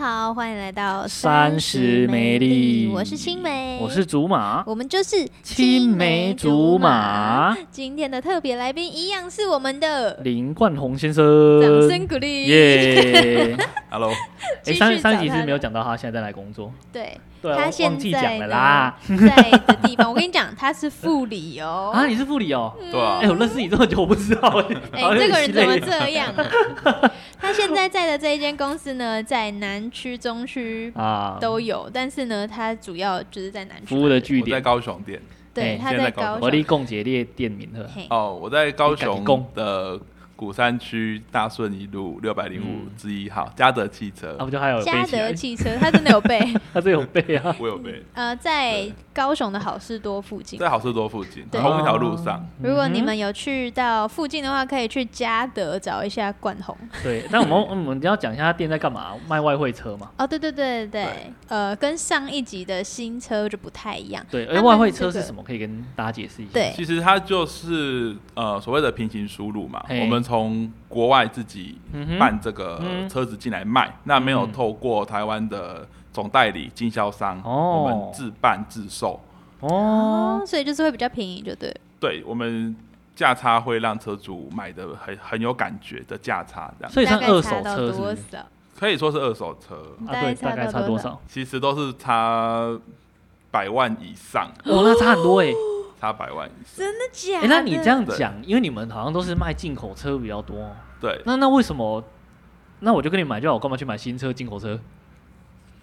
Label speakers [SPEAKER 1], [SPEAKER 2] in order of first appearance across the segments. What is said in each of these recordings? [SPEAKER 1] 好，欢迎来到
[SPEAKER 2] 三十美丽
[SPEAKER 1] 我是青梅，
[SPEAKER 2] 我是竹马，
[SPEAKER 1] 我们就是
[SPEAKER 2] 青梅竹马。
[SPEAKER 1] 今天的特别来宾一样是我们的，
[SPEAKER 2] 林冠宏先
[SPEAKER 1] 掌
[SPEAKER 2] 生，
[SPEAKER 1] 声鼓励。
[SPEAKER 2] 呃 耶！
[SPEAKER 3] Hello，
[SPEAKER 1] 继
[SPEAKER 2] 哎，
[SPEAKER 1] 续
[SPEAKER 2] 上上一集
[SPEAKER 1] 找他
[SPEAKER 2] 是不是没有
[SPEAKER 1] 的
[SPEAKER 2] 讲到他现在在哪里工作，
[SPEAKER 1] 对，
[SPEAKER 2] 对啊，
[SPEAKER 1] 他
[SPEAKER 2] 我
[SPEAKER 1] 现
[SPEAKER 2] 忘记
[SPEAKER 1] 在
[SPEAKER 2] 讲
[SPEAKER 1] 呢
[SPEAKER 2] 了啦。
[SPEAKER 1] 在的地方，我跟你讲，他是副理哦。
[SPEAKER 2] 啊，你是副理哦？
[SPEAKER 3] 对啊
[SPEAKER 2] 哎，，我认识你这么久，我不知道。
[SPEAKER 1] 哎、
[SPEAKER 2] 好像有
[SPEAKER 1] 这个
[SPEAKER 2] 点
[SPEAKER 1] 人怎么
[SPEAKER 2] 心累
[SPEAKER 1] 这样啊？他现在在的这一间公司呢，在南区、中区
[SPEAKER 2] 啊？
[SPEAKER 1] 都有，但是呢，他主要就是在南区
[SPEAKER 2] 服务的
[SPEAKER 1] 嘛
[SPEAKER 2] 据
[SPEAKER 3] 我在
[SPEAKER 2] 点，
[SPEAKER 3] 高雄店
[SPEAKER 1] 对，
[SPEAKER 2] 哎
[SPEAKER 1] 他
[SPEAKER 3] 现在在高
[SPEAKER 1] 高
[SPEAKER 3] 雄
[SPEAKER 2] 我
[SPEAKER 1] 雄
[SPEAKER 2] 立。共结列店名了。
[SPEAKER 1] 嘿
[SPEAKER 3] 哦，我在高
[SPEAKER 2] 你敢
[SPEAKER 3] 雄
[SPEAKER 2] 供
[SPEAKER 3] 的鼓山区大顺一路六百零五
[SPEAKER 2] 嗯
[SPEAKER 3] 之一号嘉德汽车
[SPEAKER 2] 啊，，不就还有
[SPEAKER 1] 嘉
[SPEAKER 2] 背起
[SPEAKER 1] 德
[SPEAKER 2] 来？
[SPEAKER 1] 汽车，他真的有背。
[SPEAKER 2] 他这有背啊。
[SPEAKER 3] 我有被
[SPEAKER 1] 呃，在高雄的好事多附
[SPEAKER 2] 嗯
[SPEAKER 1] 近。
[SPEAKER 2] 啊
[SPEAKER 3] 在好事多附近
[SPEAKER 1] 对
[SPEAKER 3] 同一条路上，
[SPEAKER 1] 如果你们有去到附近的话，可以去嘉德找一下冠宏。
[SPEAKER 2] 对，那我们嗯我们要讲一下他店在干嘛，卖外汇车嘛。
[SPEAKER 1] 哦，对对对对对
[SPEAKER 3] 对，
[SPEAKER 1] 呃，跟上一集的新车就不太一样。
[SPEAKER 2] 对，
[SPEAKER 1] 他
[SPEAKER 2] 而
[SPEAKER 1] 们
[SPEAKER 2] 外汇车
[SPEAKER 1] 这
[SPEAKER 2] 是
[SPEAKER 1] 个
[SPEAKER 2] 什么？可以跟大家解释一下。
[SPEAKER 1] 对
[SPEAKER 3] 其实它就是呃所谓的平行输入嘛
[SPEAKER 2] 嘿，
[SPEAKER 3] 我们从国外自己
[SPEAKER 2] 嗯哼
[SPEAKER 3] 办这个
[SPEAKER 2] 嗯
[SPEAKER 3] 车子进来卖，那没有
[SPEAKER 2] 嗯
[SPEAKER 3] 透过台湾的总代理经销商，
[SPEAKER 2] 哦
[SPEAKER 3] 我们自办自售，
[SPEAKER 2] 哦
[SPEAKER 1] 哦，，所以就是会比较便宜，就对了。
[SPEAKER 3] 对我们。价差会让车主买的很很有感觉的价差，这样
[SPEAKER 2] 所以
[SPEAKER 1] 哦大
[SPEAKER 2] 算
[SPEAKER 1] 概
[SPEAKER 2] 二
[SPEAKER 1] 差
[SPEAKER 2] 手
[SPEAKER 1] 到
[SPEAKER 2] 车是不
[SPEAKER 1] 多
[SPEAKER 2] 是？啊
[SPEAKER 1] 少？
[SPEAKER 3] 可以说是二手车，
[SPEAKER 1] 你
[SPEAKER 2] 啊，对，
[SPEAKER 1] 大
[SPEAKER 2] 大
[SPEAKER 1] 概
[SPEAKER 2] 概
[SPEAKER 1] 差
[SPEAKER 2] 差
[SPEAKER 1] 多
[SPEAKER 2] 多
[SPEAKER 1] 少
[SPEAKER 2] 少？
[SPEAKER 3] 其实都是差百万以上，
[SPEAKER 2] 哦，那差很多哎、欸。
[SPEAKER 3] 差百万以上。
[SPEAKER 1] 真的假
[SPEAKER 2] 哎、
[SPEAKER 1] 的？
[SPEAKER 2] 那你这样讲，因为你们好像都是卖进口车比较多哦，
[SPEAKER 3] 对，
[SPEAKER 2] 那那为什么？那我就跟你买就好，我干嘛去买新车、进口车？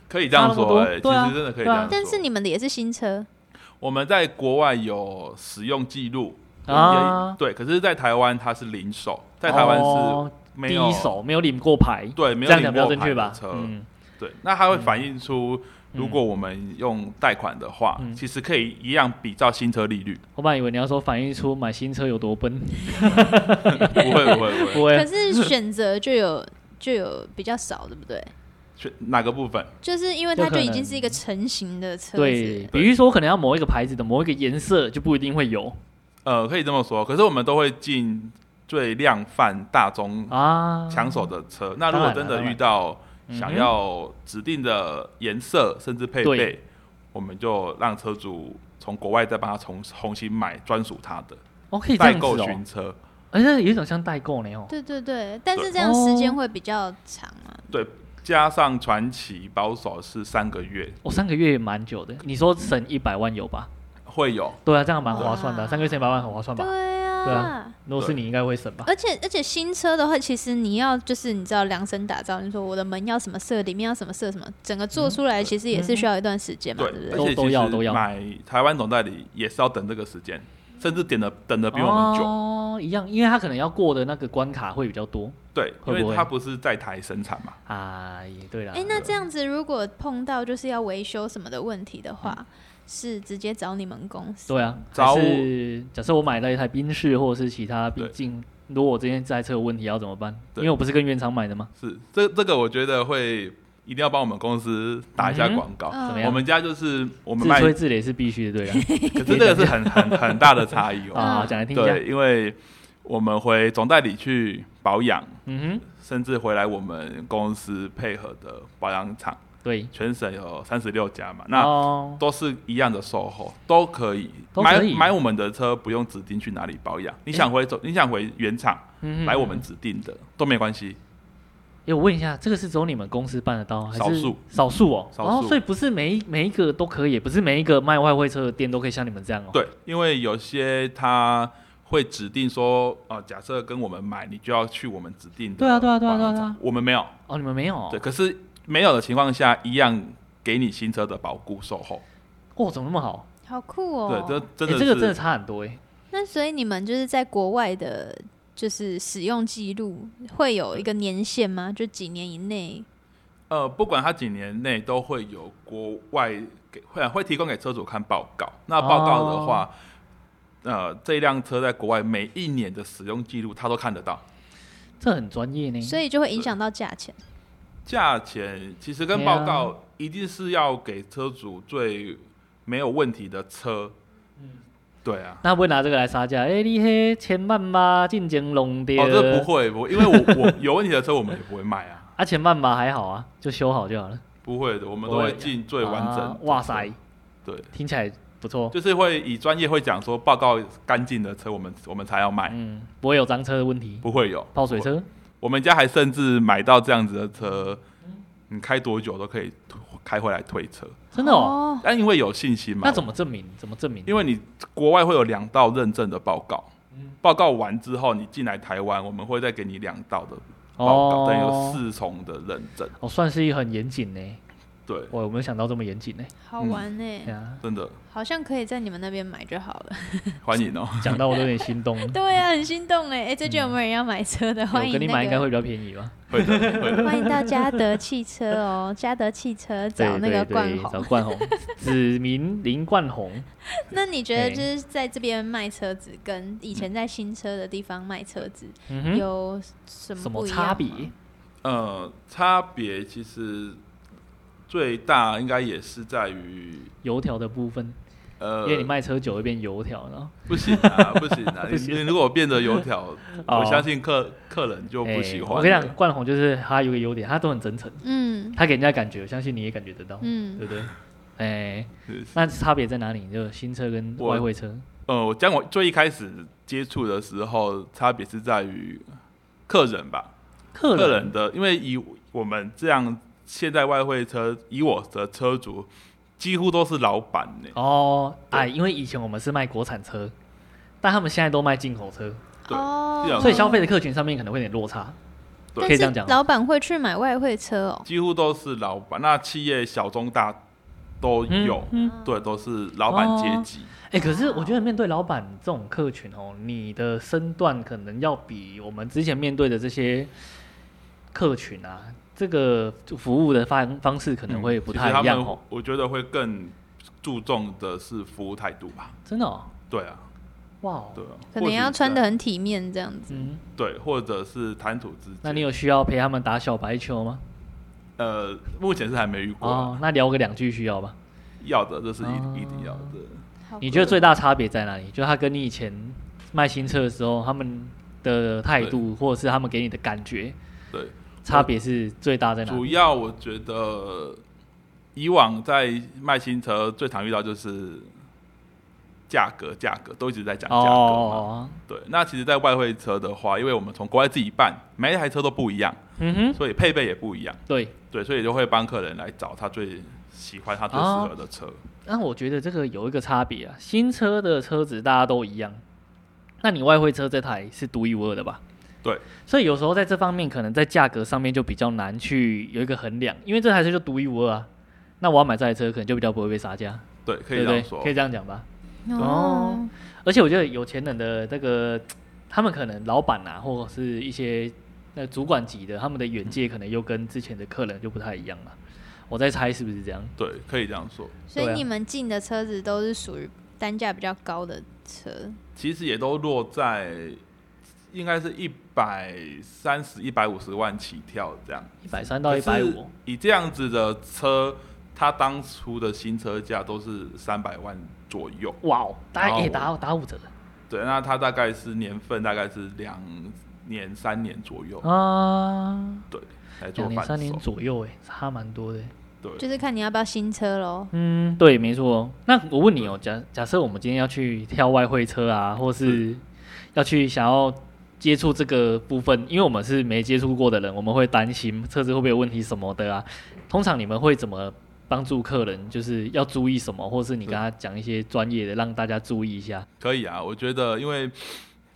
[SPEAKER 3] 可以这样
[SPEAKER 2] 差那么多
[SPEAKER 3] 说、哎，其
[SPEAKER 2] 对啊
[SPEAKER 3] 实真的可以这样说。
[SPEAKER 1] 但是你们的也是新车，
[SPEAKER 3] 我们在国外有使用记录
[SPEAKER 2] 啊
[SPEAKER 3] 也对，可是，在台湾它是零手，在台湾是
[SPEAKER 2] 哦
[SPEAKER 3] 没
[SPEAKER 2] 第
[SPEAKER 3] 有、
[SPEAKER 2] 一手没有领过牌，
[SPEAKER 3] 对，没
[SPEAKER 2] 这
[SPEAKER 3] 有
[SPEAKER 2] 样讲
[SPEAKER 3] 领
[SPEAKER 2] 比较
[SPEAKER 3] 过
[SPEAKER 2] 正
[SPEAKER 3] 牌
[SPEAKER 2] 确
[SPEAKER 3] 的
[SPEAKER 2] 吧？
[SPEAKER 3] 车，
[SPEAKER 2] 嗯，
[SPEAKER 3] 对，那它会反映出。如果我们用贷款的话，
[SPEAKER 2] 嗯
[SPEAKER 3] 其实可以一样比照新车利率，
[SPEAKER 2] 我本来以为你要说反映出买新车有多笨，
[SPEAKER 3] 不会不 会不
[SPEAKER 2] 不
[SPEAKER 3] 会，
[SPEAKER 2] 会
[SPEAKER 1] 可
[SPEAKER 2] 啊，
[SPEAKER 1] 是选择就有就有比较少，对不对？
[SPEAKER 3] 去 哪个部分？
[SPEAKER 1] 就是因为
[SPEAKER 2] 有
[SPEAKER 1] 它
[SPEAKER 2] 可
[SPEAKER 1] 就已经
[SPEAKER 2] 能
[SPEAKER 1] 是一个成型的车
[SPEAKER 2] 对
[SPEAKER 1] 子，，
[SPEAKER 2] 比如说可能要某一个牌子的某一个颜色就不一定会有
[SPEAKER 3] 呃，可以这么说，可是我们都会进最量贩大宗
[SPEAKER 2] 啊，
[SPEAKER 3] 抢手的车。那如果真的遇到想要指定的颜色甚至配
[SPEAKER 2] 对
[SPEAKER 3] 备，我们就让车主从国外再帮他重重新买专属他的
[SPEAKER 2] 哦，可以这
[SPEAKER 3] 代
[SPEAKER 2] 样子
[SPEAKER 3] 购
[SPEAKER 2] 哦
[SPEAKER 3] 寻，车。
[SPEAKER 2] 而且有一种像代购呢哦，
[SPEAKER 1] 对对对，但是
[SPEAKER 3] 对
[SPEAKER 1] 这样时间
[SPEAKER 2] 哦
[SPEAKER 1] 会比较长啊。
[SPEAKER 3] 对，加上传奇保守是三个月，
[SPEAKER 2] 我、三个月也蛮久的，你说省一百万有吧？
[SPEAKER 3] 会有
[SPEAKER 2] 对啊，这样蛮划算的啊，
[SPEAKER 1] 哇
[SPEAKER 2] 三个月省一百万很划算吧？
[SPEAKER 1] 对啊，
[SPEAKER 2] 对啊如果是你，应该会省吧？
[SPEAKER 1] 而且而且新车的话，其实你要就是你知道量身打造，你说我的门要什么色，里面要什么色，什么整个
[SPEAKER 2] 嗯
[SPEAKER 1] 做出来，其实也是需要一段时间嘛，
[SPEAKER 3] 对
[SPEAKER 1] 对不，
[SPEAKER 3] 而
[SPEAKER 1] 对？
[SPEAKER 2] 都
[SPEAKER 3] 且其
[SPEAKER 2] 都要
[SPEAKER 3] 实
[SPEAKER 2] 都要
[SPEAKER 3] 买台湾总代理也是要等这个时间，甚至点的等的比我们久。
[SPEAKER 2] 哦，一样，因为他可能要过的那个关卡会比较多
[SPEAKER 3] 对，
[SPEAKER 2] 会
[SPEAKER 3] 因
[SPEAKER 2] 不会
[SPEAKER 3] 为它不是在台生产嘛。
[SPEAKER 2] 啊，也对啦。
[SPEAKER 1] 哎，那这样子如果碰到就是要维修什么的问题的话，是直接找你们公司。
[SPEAKER 2] 嗯对啊，
[SPEAKER 3] 找
[SPEAKER 2] 还是假设我买了一台宾士或者是其他宾
[SPEAKER 3] 对
[SPEAKER 2] 境，如果我今天这台车有问题要怎么办？因
[SPEAKER 3] 对
[SPEAKER 2] 为我不是跟原厂买的吗？
[SPEAKER 3] 是，这这个我觉得会一定要帮我们公司打一下广告。
[SPEAKER 1] 嗯
[SPEAKER 2] 怎么样
[SPEAKER 3] 我们家就是我们
[SPEAKER 2] 自
[SPEAKER 3] 卖，
[SPEAKER 2] 吹
[SPEAKER 3] 可
[SPEAKER 2] 自擂是必须 的，对啦。
[SPEAKER 3] 是这个是很 很很大的差异哦。
[SPEAKER 2] 啊，讲来听一下。
[SPEAKER 3] 对，因为我们回总代理去保养，
[SPEAKER 2] 嗯
[SPEAKER 3] 甚至回来我们公司配合的保养厂，
[SPEAKER 2] 哼，对。
[SPEAKER 3] 全省有三十六家嘛，那
[SPEAKER 2] 哦
[SPEAKER 3] 都是一样的售后，都可以
[SPEAKER 2] 都
[SPEAKER 3] 买
[SPEAKER 2] 可以
[SPEAKER 3] 买我们的车，不用指定去哪里保养。你想回总，你想回原厂
[SPEAKER 2] 嗯哼
[SPEAKER 3] 来我们指定的都没关系，
[SPEAKER 2] 哎，我问一下，这个是只有你们公司办得到，还是
[SPEAKER 3] 少数？
[SPEAKER 2] 少数哦。
[SPEAKER 3] 少
[SPEAKER 2] 哦，
[SPEAKER 3] 数
[SPEAKER 2] 所以不是每一每一个都可以，也不是每一个卖外汇车的店都可以像你们这样哦。
[SPEAKER 3] 对，因为有些他会指定说，呃，假设跟我们买，你就要去我们指定的。
[SPEAKER 2] 对啊对啊对啊对啊对啊
[SPEAKER 3] 我们没有，
[SPEAKER 2] 哦，你们没有哦。
[SPEAKER 3] 对，可是没有的情况下，一样给你新车的保固售后。
[SPEAKER 2] 哇，怎么那么好？
[SPEAKER 1] 好酷
[SPEAKER 3] 对，这
[SPEAKER 1] 哦！
[SPEAKER 3] 真
[SPEAKER 2] 诶
[SPEAKER 3] 的
[SPEAKER 2] 这
[SPEAKER 3] 是、
[SPEAKER 2] 个真的差很多哎。
[SPEAKER 1] 那所以你们就是在国外的，就是使用记录会有一个年限吗？就几年以内？
[SPEAKER 3] 呃，不管他几年内都会有国外给会会提供给车主看报告。那报告的
[SPEAKER 2] 哦
[SPEAKER 3] 话。呃，这辆车在国外每一年的使用记录，他都看得到。
[SPEAKER 2] 这很专业呢。
[SPEAKER 1] 所以就会影响到价钱。
[SPEAKER 3] 价钱其实跟
[SPEAKER 2] 对啊
[SPEAKER 3] 报告一定是要给车主最没有问题的车。对啊。
[SPEAKER 2] 那不会拿这个来杀价？哎、你嘿，千万吧，进前弄掉。
[SPEAKER 3] 哦 哦，这不会不会，因为我我有问题的车我们也不会卖啊。
[SPEAKER 2] 啊，前半把还好啊，就修好就好了。
[SPEAKER 3] 不会的，我们
[SPEAKER 2] 不
[SPEAKER 3] 都
[SPEAKER 2] 会
[SPEAKER 3] 会尽最完整
[SPEAKER 2] 啊。哇塞，
[SPEAKER 3] 对，
[SPEAKER 2] 听起来不错。
[SPEAKER 3] 就是会以专业会讲说报告干净的车，我们我们才要买，
[SPEAKER 2] 嗯，不会有脏车的问题。
[SPEAKER 3] 不会有
[SPEAKER 2] 泡水。车
[SPEAKER 3] 我们家还甚至买到这样子的车，你开多久都可以开回来退车，
[SPEAKER 2] 真的哦？，
[SPEAKER 3] 但因为有信心嘛，
[SPEAKER 2] 那怎么证明？怎么证明？
[SPEAKER 3] 因为你国外会有两道认证的报告，报告完之后你进来台湾，我们会再给你两道的报告，等于有
[SPEAKER 2] 哦，
[SPEAKER 3] 四重的认证。
[SPEAKER 2] 哦，算是一很严谨呢。
[SPEAKER 3] 对，
[SPEAKER 2] 我有没有想到这么严谨呢？
[SPEAKER 1] 好玩呢、
[SPEAKER 2] 对啊，
[SPEAKER 3] 真的
[SPEAKER 1] 好像可以在你们那边买就好了。
[SPEAKER 3] 欢迎 哦。
[SPEAKER 2] 讲到我都有点心动。
[SPEAKER 1] 对啊，很心动哎、哎、最近有没有人要买车的？欢
[SPEAKER 2] 嗯哎
[SPEAKER 1] 迎、
[SPEAKER 2] 我
[SPEAKER 1] 那
[SPEAKER 2] 跟
[SPEAKER 1] 个
[SPEAKER 2] 你买应该会比较便宜吧？
[SPEAKER 3] 会的，会的。
[SPEAKER 1] 欢迎到嘉德汽车哦，嘉德汽车找那
[SPEAKER 2] 对
[SPEAKER 1] 个
[SPEAKER 2] 对
[SPEAKER 1] 冠
[SPEAKER 2] 对
[SPEAKER 1] 豪。
[SPEAKER 2] 找冠宏， 子民林冠宏。
[SPEAKER 1] 那你觉得就是在这边卖车子跟以前在新车的地方卖车子
[SPEAKER 2] 嗯哼，
[SPEAKER 1] 有什么
[SPEAKER 2] 什
[SPEAKER 1] 不
[SPEAKER 2] 么
[SPEAKER 1] 一样
[SPEAKER 2] 差
[SPEAKER 1] 吗
[SPEAKER 2] 别？
[SPEAKER 3] 呃，差别其实最大应该也是在于
[SPEAKER 2] 油条的部分，
[SPEAKER 3] 呃，
[SPEAKER 2] 因为你卖车久会变油条，然后
[SPEAKER 3] 不行 啊，不行啊！
[SPEAKER 2] 不
[SPEAKER 3] 你
[SPEAKER 2] 行
[SPEAKER 3] 你如果变得油条，
[SPEAKER 2] 哦
[SPEAKER 3] 我相信客客人就不喜
[SPEAKER 2] 哎
[SPEAKER 3] 欢了。
[SPEAKER 2] 我跟你讲，冠宏就是他有一个优点，他都很真诚，
[SPEAKER 1] 嗯
[SPEAKER 2] 他给人家感觉，我相信你也感觉得到，对
[SPEAKER 1] 嗯，
[SPEAKER 2] 不对？哎，
[SPEAKER 3] 是
[SPEAKER 2] 那差别在哪里？就新车跟
[SPEAKER 3] 我
[SPEAKER 2] 外汇车，
[SPEAKER 3] 呃，我讲我最一开始接触的时候，差别是在于客人吧，
[SPEAKER 2] 客
[SPEAKER 3] 客人的，因为以我们这样现在外汇车，以我的车主几乎都是老板呢、
[SPEAKER 2] 哦，哎，因为以前我们是卖国产车，但他们现在都卖进口车，
[SPEAKER 3] 对
[SPEAKER 1] 哦
[SPEAKER 3] 这样
[SPEAKER 2] 所以消费的客群上面可能会有点落差。
[SPEAKER 3] 对
[SPEAKER 1] 但
[SPEAKER 2] 可以这
[SPEAKER 1] 是
[SPEAKER 2] 样讲吗
[SPEAKER 1] 老板会去买外汇车哦，
[SPEAKER 3] 几乎都是老板。那企业小中大都
[SPEAKER 2] 嗯
[SPEAKER 3] 有，
[SPEAKER 2] 嗯，
[SPEAKER 3] 对，都是老板阶级。
[SPEAKER 2] 哎、可是我觉得面对老板这种客群哦，你的身段可能要比我们之前面对的这些客群啊，这个服务的方方式可能嗯会不
[SPEAKER 3] 嗯其实
[SPEAKER 2] 太
[SPEAKER 3] 他
[SPEAKER 2] 一样
[SPEAKER 3] 们
[SPEAKER 2] 哦。
[SPEAKER 3] 我觉得会更注重的是服务态度吧。
[SPEAKER 2] 真的、哦，
[SPEAKER 3] 对啊，
[SPEAKER 2] 哇、哦，
[SPEAKER 3] 对啊，
[SPEAKER 1] 可能要穿的
[SPEAKER 3] 的
[SPEAKER 1] 很体面这样子。
[SPEAKER 2] 嗯，
[SPEAKER 3] 对，或者是谈吐之间。
[SPEAKER 2] 那你有需要陪他们打小白球吗？
[SPEAKER 3] 呃，目前是还没遇过啊，
[SPEAKER 2] 哦，那聊个两句需要吧。
[SPEAKER 3] 要的这是一
[SPEAKER 2] 哦
[SPEAKER 3] 一定要的。
[SPEAKER 1] 好
[SPEAKER 2] 嗯你觉得最大差别在哪里？就他跟你以前卖新车的时候，他们的态度，或者是他们给你的感觉，
[SPEAKER 3] 对，
[SPEAKER 2] 差别是最大在哪
[SPEAKER 3] 主
[SPEAKER 2] 里？
[SPEAKER 3] 要我觉得以往在卖新车最常遇到就是价格，价格都一直在讲价格嘛。
[SPEAKER 2] 哦，
[SPEAKER 3] 对，那其实，在外汇车的话，因为我们从国外自己办，每一台车都不一样，
[SPEAKER 2] 嗯哼，
[SPEAKER 3] 所以配备也不一样。
[SPEAKER 2] 对。
[SPEAKER 3] 对，所以就会帮客人来找他最喜欢、他最适合的车。
[SPEAKER 2] 那我觉得这个有一个差别啊，新车的车子大家都一样，那你外汇车这台是独一无二的吧？
[SPEAKER 3] 对，
[SPEAKER 2] 所以有时候在这方面，可能在价格上面就比较难去有一个衡量，因为这台车就独一无二啊。那我要买这台车，可能就比较不会被杀价，
[SPEAKER 3] 对，可
[SPEAKER 2] 对不
[SPEAKER 3] 以这
[SPEAKER 2] 对
[SPEAKER 3] 样？说。
[SPEAKER 2] 可以这样讲吧。
[SPEAKER 1] 哦
[SPEAKER 2] 哦，而且我觉得有钱人的这个，他们可能老板啊，或者是一些那主管级的，他们的眼界可能又跟之前的客人就不太一样了。我在猜是不是这样？
[SPEAKER 3] 对，可以这样说。
[SPEAKER 1] 所
[SPEAKER 2] 对
[SPEAKER 1] 以
[SPEAKER 2] 啊
[SPEAKER 1] 你们进的车子都是属于单价比较高的车，
[SPEAKER 3] 其实也都落在应该是一百三十、一百五十万起跳这样。
[SPEAKER 2] 一百三到一百五，。
[SPEAKER 3] 以这样子的车，它当初的新车价都是三百万左右。
[SPEAKER 2] 哇哦，打
[SPEAKER 3] 然后
[SPEAKER 2] 哎、打打五折
[SPEAKER 3] 对，那它大概是年份大概是两年、三年左右
[SPEAKER 2] 啊，
[SPEAKER 3] 来做
[SPEAKER 2] 哦两年
[SPEAKER 3] 贩
[SPEAKER 2] 三年
[SPEAKER 3] 售。
[SPEAKER 2] 左右哎、差蛮多的欸、
[SPEAKER 3] 对，
[SPEAKER 1] 就是看你要不要新车喽。
[SPEAKER 2] 嗯，对，没错。那我问你哦、假假设我们今天要去挑外汇车啊，或
[SPEAKER 3] 嗯
[SPEAKER 2] 是要去想要接触这个部分，因为我们是没接触过的人，我们会担心车子会不会有问题什么的啊。通常你们会怎么帮助客人，就是要注意什么，或是你跟他讲一些专业的，让大家注意一下。
[SPEAKER 3] 可以啊，我觉得因为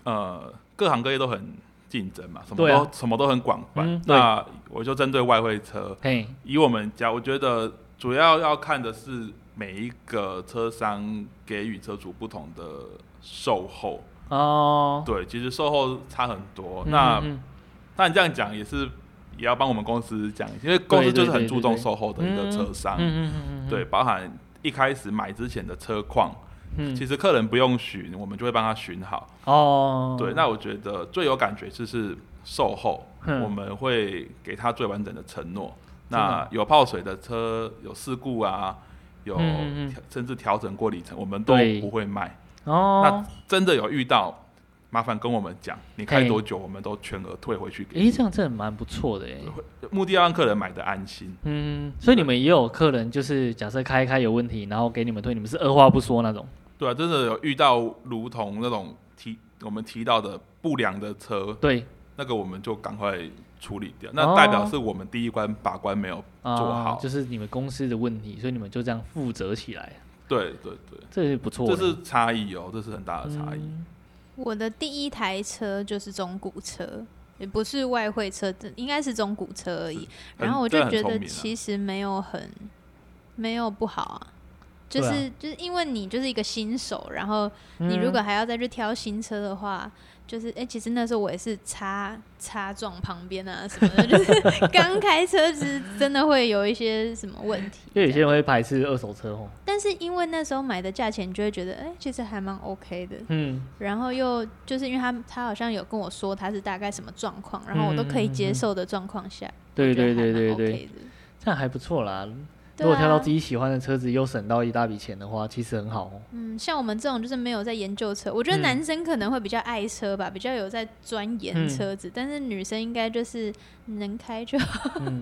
[SPEAKER 3] 呃，各行各业都很竞争嘛，什么
[SPEAKER 2] 对啊
[SPEAKER 3] 都、什么都很广泛。
[SPEAKER 2] 嗯对
[SPEAKER 3] 那我就针对外汇车，
[SPEAKER 2] 嘿，
[SPEAKER 3] 以我们家，我觉得主要要看的是每一个车商给予车主不同的售后。
[SPEAKER 2] 哦，
[SPEAKER 3] 对，其实售后差很多。
[SPEAKER 2] 嗯
[SPEAKER 3] 那
[SPEAKER 2] 嗯
[SPEAKER 3] 那你这样讲也是也要帮我们公司讲，因为公司就是很注重售后的一个车商
[SPEAKER 2] 嗯，嗯嗯嗯，
[SPEAKER 3] 对，包含一开始买之前的车况，
[SPEAKER 2] 嗯，
[SPEAKER 3] 其实客人不用询，我们就会帮他询好。
[SPEAKER 2] 哦，
[SPEAKER 3] 对，那我觉得最有感觉就是售后，
[SPEAKER 2] 嗯
[SPEAKER 3] 我们会给他最完整的承诺。
[SPEAKER 2] 真的
[SPEAKER 3] 那有泡水的车，有事故啊，有
[SPEAKER 2] 嗯嗯嗯
[SPEAKER 3] 调甚至调整过里程，我们都
[SPEAKER 2] 对
[SPEAKER 3] 不会卖。
[SPEAKER 2] 哦
[SPEAKER 3] 那，真的有遇到麻烦跟我们讲，你
[SPEAKER 2] 嘿
[SPEAKER 3] 开多久，我们都全额退回去给你。
[SPEAKER 2] 诶，这样真的蛮不错的诶。欸
[SPEAKER 3] 目的要让客人买的安心。
[SPEAKER 2] 嗯，所以你们也有客人就是假设开一开有问题，然后给你们退，你们是二话不说那种。
[SPEAKER 3] 对啊，真的有遇到如同那种提我们提到的不良的车，
[SPEAKER 2] 对，
[SPEAKER 3] 那个我们就赶快处理掉。那
[SPEAKER 2] 哦
[SPEAKER 3] 代表是我们第一关把关没有
[SPEAKER 2] 啊、
[SPEAKER 3] 做好。
[SPEAKER 2] 就是你们公司的问题，所以你们就这样负责起来，
[SPEAKER 3] 对对对，
[SPEAKER 2] 这也不错
[SPEAKER 3] 这
[SPEAKER 2] 的。
[SPEAKER 3] 是差异哦，这是很大的差异。
[SPEAKER 2] 嗯
[SPEAKER 1] 我的第一台车就是中古车，也不是外汇车，这应该是中古车而已。
[SPEAKER 3] 很
[SPEAKER 1] 然后我就觉
[SPEAKER 3] 这很聪
[SPEAKER 1] 得
[SPEAKER 3] 明啊
[SPEAKER 1] 其实没有很没有不好啊，就
[SPEAKER 2] 对啊嗯
[SPEAKER 1] 是、就是因为你就是一个新手，然后你如果还要再去挑新车的话，就是哎、诶其实那时候我也是擦擦撞旁边啊什么的，就是 刚开车其实真的会有一些什么问 题。
[SPEAKER 2] 因为有些人会排斥二手车哦。
[SPEAKER 1] 但是因为那时候买的价钱，你就会觉得哎、诶其实还蛮 OK 的。
[SPEAKER 2] 嗯，
[SPEAKER 1] 然后又就是因为他他好像有跟我说他是大概什么状况，然后我都可以接受的状况下，
[SPEAKER 2] 嗯对
[SPEAKER 1] 我觉
[SPEAKER 2] 对
[SPEAKER 1] 得还
[SPEAKER 2] 对
[SPEAKER 1] 蛮
[SPEAKER 2] 对
[SPEAKER 1] OK
[SPEAKER 2] 对，
[SPEAKER 1] 的
[SPEAKER 2] 这样还不错啦。
[SPEAKER 1] 对
[SPEAKER 2] 如果挑到
[SPEAKER 1] 啊
[SPEAKER 2] 自己喜欢的车子，又省到一大笔钱的话，其实很好哦。
[SPEAKER 1] 嗯，像我们这种就是没有在研究车，我觉得
[SPEAKER 2] 嗯
[SPEAKER 1] 男生可能会比较爱车吧，比较有在钻研车子，但是女生应该就是能开就好。
[SPEAKER 2] 嗯，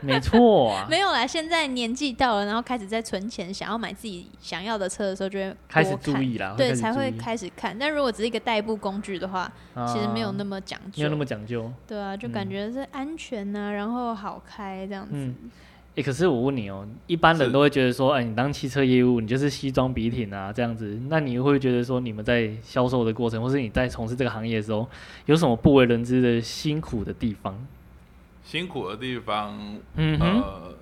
[SPEAKER 2] 没错 啊，
[SPEAKER 1] 没有啦。现在年纪到了，然后开始在存钱，想要买自己想要的车的时候，就会多
[SPEAKER 2] 开始
[SPEAKER 1] 看
[SPEAKER 2] 注意啦，
[SPEAKER 1] 对，
[SPEAKER 2] 始
[SPEAKER 1] 才
[SPEAKER 2] 注
[SPEAKER 1] 会
[SPEAKER 2] 意，
[SPEAKER 1] 开始看。但如果只是一个代步工具的话，
[SPEAKER 2] 啊
[SPEAKER 1] 其实没有那么讲
[SPEAKER 2] 没有那么嗯
[SPEAKER 1] 究。
[SPEAKER 2] 讲究。
[SPEAKER 1] 对啊，就感觉是安全呐、然后好开这样子。
[SPEAKER 2] 嗯，诶，可是我问你哦，一般人
[SPEAKER 3] 是
[SPEAKER 2] 都会觉得说，哎，你当汽车业务，你就是西装笔挺啊这样子，那你会觉得说，你们在销售的过程，或是你在从事这个行业的时候，有什么不为人知的辛苦的地方？
[SPEAKER 3] 辛苦的地方，
[SPEAKER 2] 嗯哼，
[SPEAKER 3] 呃，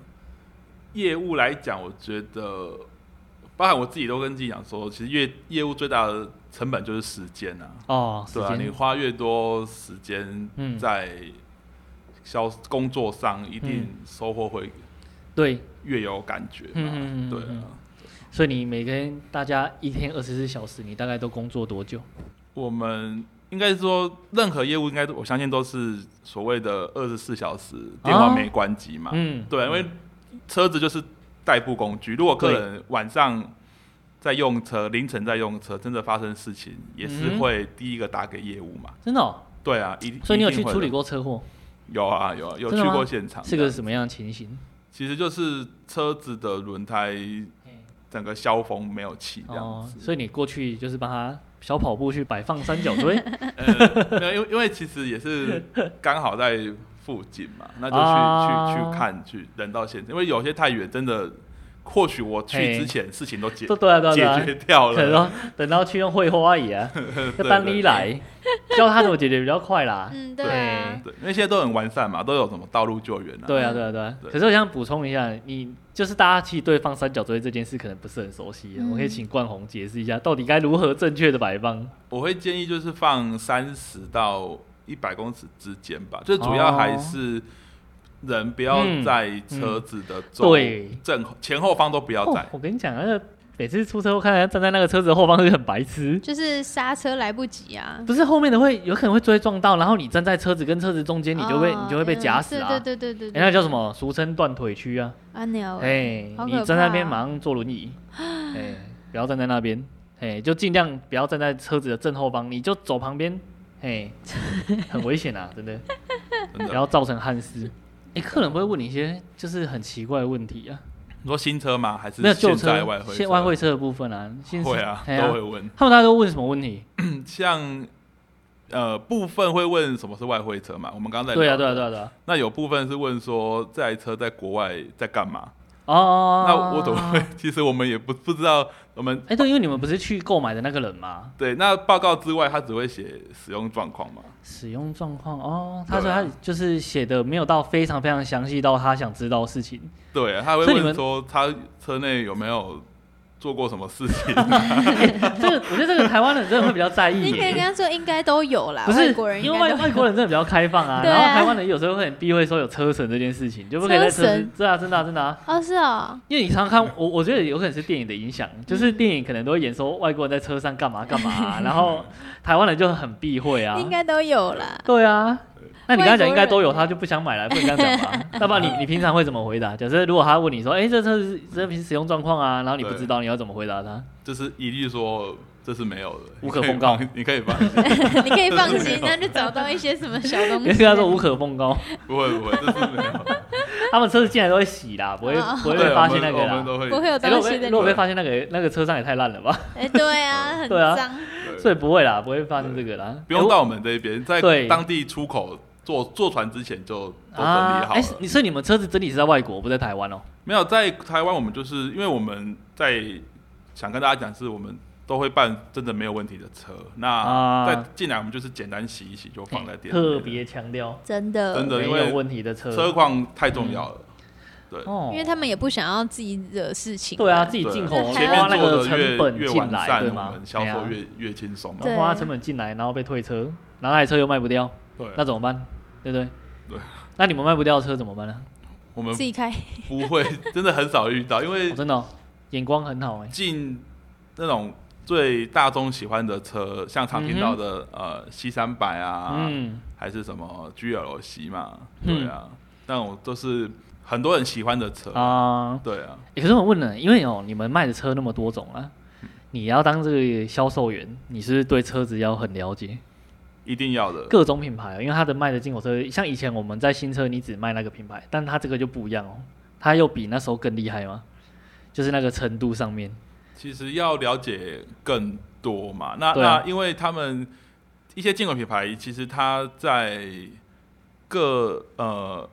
[SPEAKER 3] 业务来讲，我觉得，包含我自己都跟自己讲说，其实业业务最大的成本就是时间啊。
[SPEAKER 2] 哦，时
[SPEAKER 3] 对啊，你
[SPEAKER 2] 间，
[SPEAKER 3] 花越多时间
[SPEAKER 2] 嗯
[SPEAKER 3] 在销工作上，一定收获会
[SPEAKER 2] 对，
[SPEAKER 3] 越有感觉嘛。
[SPEAKER 2] 嗯嗯嗯嗯
[SPEAKER 3] 对
[SPEAKER 2] 嗯
[SPEAKER 3] 啊，
[SPEAKER 2] 所以你每天大家一天二十四小时，你大概都工作多久？
[SPEAKER 3] 我们应该说任何业务，应该都我相信都是所谓的二十四小时电话没关机嘛。
[SPEAKER 2] 嗯，
[SPEAKER 3] 啊对，因为车子就是代步工具，如果客人晚上。在用车，凌晨在用车，真的发生事情也是
[SPEAKER 2] 嗯
[SPEAKER 3] 会第一个打给业务嘛？
[SPEAKER 2] 真的、哦，
[SPEAKER 3] 对啊，一
[SPEAKER 2] 所以你有
[SPEAKER 3] 一定
[SPEAKER 2] 去
[SPEAKER 3] 会
[SPEAKER 2] 处理
[SPEAKER 3] 的？
[SPEAKER 2] 过车祸，
[SPEAKER 3] 有啊有啊，有
[SPEAKER 2] 真
[SPEAKER 3] 去
[SPEAKER 2] 的吗
[SPEAKER 3] 过现场的啊。
[SPEAKER 2] 是个什么样的情形？
[SPEAKER 3] 其实就是车子的轮胎整个消风没有气这样
[SPEAKER 2] 哦
[SPEAKER 3] 子，。
[SPEAKER 2] 所以你过去就是帮他小跑步去摆放三角 锥，
[SPEAKER 3] 呃，没有，因为因为其实 也是刚好在附近嘛，那就去、
[SPEAKER 2] 啊
[SPEAKER 3] 去去看去人到现场，因为有些太远，真的或许我去
[SPEAKER 2] 嘿
[SPEAKER 3] 之前事情都解
[SPEAKER 2] 对对啊对啊对
[SPEAKER 3] 解
[SPEAKER 2] 啊
[SPEAKER 3] 决，掉
[SPEAKER 2] 可能
[SPEAKER 3] 了，
[SPEAKER 2] 说等到去用会花姨 啊，要单一来，教他怎么解决比较快啦。
[SPEAKER 1] 嗯，对啊，
[SPEAKER 3] 对，因为现在都很完善嘛，都有什么道路救援啊，
[SPEAKER 2] 对啊，对啊，对啊。
[SPEAKER 3] 对
[SPEAKER 2] 可是我想补充一下，你就是大家其实对放三角锥这件事可能不是很熟悉，啊
[SPEAKER 1] 嗯
[SPEAKER 2] 我可以请冠宏解释一下，到底该如何正确的摆放？
[SPEAKER 3] 我会建议就是放三十到一百公尺之间吧，最主要还是人不要
[SPEAKER 2] 嗯
[SPEAKER 3] 在车子的周
[SPEAKER 2] 对
[SPEAKER 3] 正前后方都不要在
[SPEAKER 2] 哦。我跟你讲，那个每次出车祸，看人家站在那个车子的后方，是很白痴。
[SPEAKER 1] 就是刹车来不及啊，
[SPEAKER 2] 不是后面的会有可能会追撞到，然后你站在车子跟车子中间，你就会、
[SPEAKER 1] 哦
[SPEAKER 2] 你就会被夹死啊！
[SPEAKER 1] 嗯对对对对
[SPEAKER 2] 哎
[SPEAKER 1] 对，
[SPEAKER 2] 那叫什么？俗称断腿区啊！
[SPEAKER 1] 啊？鸟
[SPEAKER 2] 哎、
[SPEAKER 1] 哎，好
[SPEAKER 2] 你
[SPEAKER 1] 可
[SPEAKER 2] 站在那
[SPEAKER 1] 怕
[SPEAKER 2] 边
[SPEAKER 1] 啊
[SPEAKER 2] 马上坐轮 椅，哎、不要站在那边，哎、就尽量不要站在车子的正后方，你就走旁边， 哎、很危险啊，真 的，
[SPEAKER 3] 真
[SPEAKER 2] 不
[SPEAKER 3] 的
[SPEAKER 2] 要造成憾事。哎、客人会问你一些就是很奇怪的问题啊，
[SPEAKER 3] 你说新车吗？还是
[SPEAKER 2] 没有旧
[SPEAKER 3] 现
[SPEAKER 2] 车
[SPEAKER 3] 在外、汇车？
[SPEAKER 2] 现外汇车的部分啊，现
[SPEAKER 3] 会啊，
[SPEAKER 2] 哎
[SPEAKER 3] 都会问。
[SPEAKER 2] 他们大家都问什么问题？
[SPEAKER 3] 嗯像呃，部分会问什么是外汇车嘛？我们刚才
[SPEAKER 2] 对啊，
[SPEAKER 3] 聊
[SPEAKER 2] 对啊，对啊，对啊。
[SPEAKER 3] 那有部分是问说这台车在国外在干嘛？
[SPEAKER 2] 哦，
[SPEAKER 3] 那我怎么会？ 其实我们也不不知道。我们
[SPEAKER 2] 哎、对，因为你们不是去购买的那个人嘛，
[SPEAKER 3] 对那报告之外，他只会写使用状况嘛？
[SPEAKER 2] 使用状况哦，他说
[SPEAKER 3] 对啊
[SPEAKER 2] 他就是写的没有到非常非常详细到他想知道的事情，
[SPEAKER 3] 对啊，他会
[SPEAKER 2] 所以你们
[SPEAKER 3] 问说他车内有没有做过什么事情？
[SPEAKER 2] 这个我觉得这个台湾人真的会比较在意
[SPEAKER 1] 你可以跟
[SPEAKER 2] 耶，
[SPEAKER 1] 他说应该都有啦，
[SPEAKER 2] 不是
[SPEAKER 1] 外国人
[SPEAKER 2] 因
[SPEAKER 1] 应
[SPEAKER 2] 为
[SPEAKER 1] 该
[SPEAKER 2] 外
[SPEAKER 1] 都
[SPEAKER 2] 外国人真的比较开放啊，
[SPEAKER 1] 对啊
[SPEAKER 2] 然后台湾人有时候会很避讳说有车神这件事情，就不可以在车
[SPEAKER 1] 车
[SPEAKER 2] 子
[SPEAKER 1] 神，
[SPEAKER 2] 对啊，真的啊真的啊，
[SPEAKER 1] 哦是哦，
[SPEAKER 2] 因为你常常看我，我觉得有可能是电影的影响，就是电影可能都会演说外国人在车上干嘛干嘛啊、然后台湾人就很避讳啊，
[SPEAKER 1] 应该都有啦。
[SPEAKER 2] 对啊，那你跟他讲应该都有，
[SPEAKER 1] 外国
[SPEAKER 2] 他就不想买了，不能这 样讲吧？要不然你你平常会怎么回答？假设如果他问你说，哎、这车是这瓶使用状况啊，然后你不知道，你要怎么回答他？
[SPEAKER 3] 就是一律说这这是没有的，
[SPEAKER 2] 无可奉告
[SPEAKER 3] 你可以放，你可以放心，
[SPEAKER 1] 你可以放
[SPEAKER 3] 没
[SPEAKER 1] 心，
[SPEAKER 3] 有
[SPEAKER 1] 那就找到一些什么小东
[SPEAKER 2] 因
[SPEAKER 1] 西。
[SPEAKER 2] 为他说 无可奉告，
[SPEAKER 3] 不会不会，这是没有的。
[SPEAKER 2] 他们车子进来都会洗啦，不会
[SPEAKER 1] 哦
[SPEAKER 2] 不会
[SPEAKER 3] 对
[SPEAKER 2] 被发现那
[SPEAKER 3] 我
[SPEAKER 2] 个
[SPEAKER 3] 们我们
[SPEAKER 2] 啦。
[SPEAKER 3] 都会，
[SPEAKER 1] 不会有
[SPEAKER 2] 欸
[SPEAKER 1] 东
[SPEAKER 2] 如果
[SPEAKER 1] 西
[SPEAKER 2] 被
[SPEAKER 1] 在里
[SPEAKER 2] 如果
[SPEAKER 1] 面。
[SPEAKER 2] 被发现那个那个车上也太烂了吧，
[SPEAKER 1] 哎，对 啊，很
[SPEAKER 2] 对啊
[SPEAKER 1] 脏，
[SPEAKER 3] 对
[SPEAKER 2] 所以不会啦，不会发生这个啦。
[SPEAKER 3] 不用到我们这边，在
[SPEAKER 2] 对
[SPEAKER 3] 当地出口坐坐船之前就都
[SPEAKER 2] 欸
[SPEAKER 3] 整
[SPEAKER 2] 我啊
[SPEAKER 3] 理好
[SPEAKER 2] 哎
[SPEAKER 3] 了。，
[SPEAKER 2] 你所以你们车子整体是在外国，不在台湾哦。
[SPEAKER 3] 没有在台湾，我们就是因为我们在想跟大家讲，是我们都会办真的没有问题的车。
[SPEAKER 2] 啊
[SPEAKER 3] 那再进来我们就是简单洗一洗就放在店里面了。
[SPEAKER 2] 特别强调
[SPEAKER 1] 真的。
[SPEAKER 3] 真的
[SPEAKER 2] 没
[SPEAKER 3] 因为
[SPEAKER 2] 有问题的车
[SPEAKER 3] 车况太重要了，
[SPEAKER 2] 哦
[SPEAKER 1] 因为他们也不想要自己惹事情。
[SPEAKER 2] 对啊，自己
[SPEAKER 3] 对
[SPEAKER 2] 进口
[SPEAKER 1] 那
[SPEAKER 3] 前
[SPEAKER 1] 还要
[SPEAKER 2] 花
[SPEAKER 3] 面
[SPEAKER 2] 哦那
[SPEAKER 3] 做
[SPEAKER 2] 个
[SPEAKER 3] 的
[SPEAKER 2] 成
[SPEAKER 3] 越
[SPEAKER 2] 本
[SPEAKER 3] 越
[SPEAKER 2] 进
[SPEAKER 3] 完
[SPEAKER 2] 来，
[SPEAKER 3] 善，
[SPEAKER 2] 对
[SPEAKER 3] 我
[SPEAKER 2] 吗
[SPEAKER 3] 们？销
[SPEAKER 2] 对啊
[SPEAKER 3] 售越越轻松嘛。
[SPEAKER 1] 对
[SPEAKER 2] 花成本进来，然后被退车，然后那台车又卖不掉，
[SPEAKER 3] 对啊，
[SPEAKER 2] 那怎么办？对不对？
[SPEAKER 3] 对。
[SPEAKER 2] 那你们卖不掉的车怎么办呢？
[SPEAKER 3] 我们
[SPEAKER 1] 自己开，
[SPEAKER 3] 不会，真的很少遇到，因为
[SPEAKER 2] 哦真的哦眼光很好哎。
[SPEAKER 3] 进那种最大众喜欢的车，像常听到的、呃 C 三百啊，
[SPEAKER 2] 嗯，
[SPEAKER 3] 还是什么 GLC 嘛，
[SPEAKER 2] 嗯
[SPEAKER 3] 对啊，那种都是很多人喜欢的车，
[SPEAKER 2] 啊，
[SPEAKER 3] 对啊，
[SPEAKER 2] 欸可是我问了，因为哦，你们卖的车那么多种啊，你要当这个销售员，你是不是对车子要很了解，
[SPEAKER 3] 一定要的，
[SPEAKER 2] 各种品牌哦，因为它的卖的进口车，像以前我们在新车，你只卖那个品牌，但它这个就不一样哦，它又比那时候更厉害吗？就是那个程度上面，
[SPEAKER 3] 其实要了解更多嘛。那、
[SPEAKER 2] 对啊
[SPEAKER 3] 那因为他们一些进口品牌，其实它在各呃，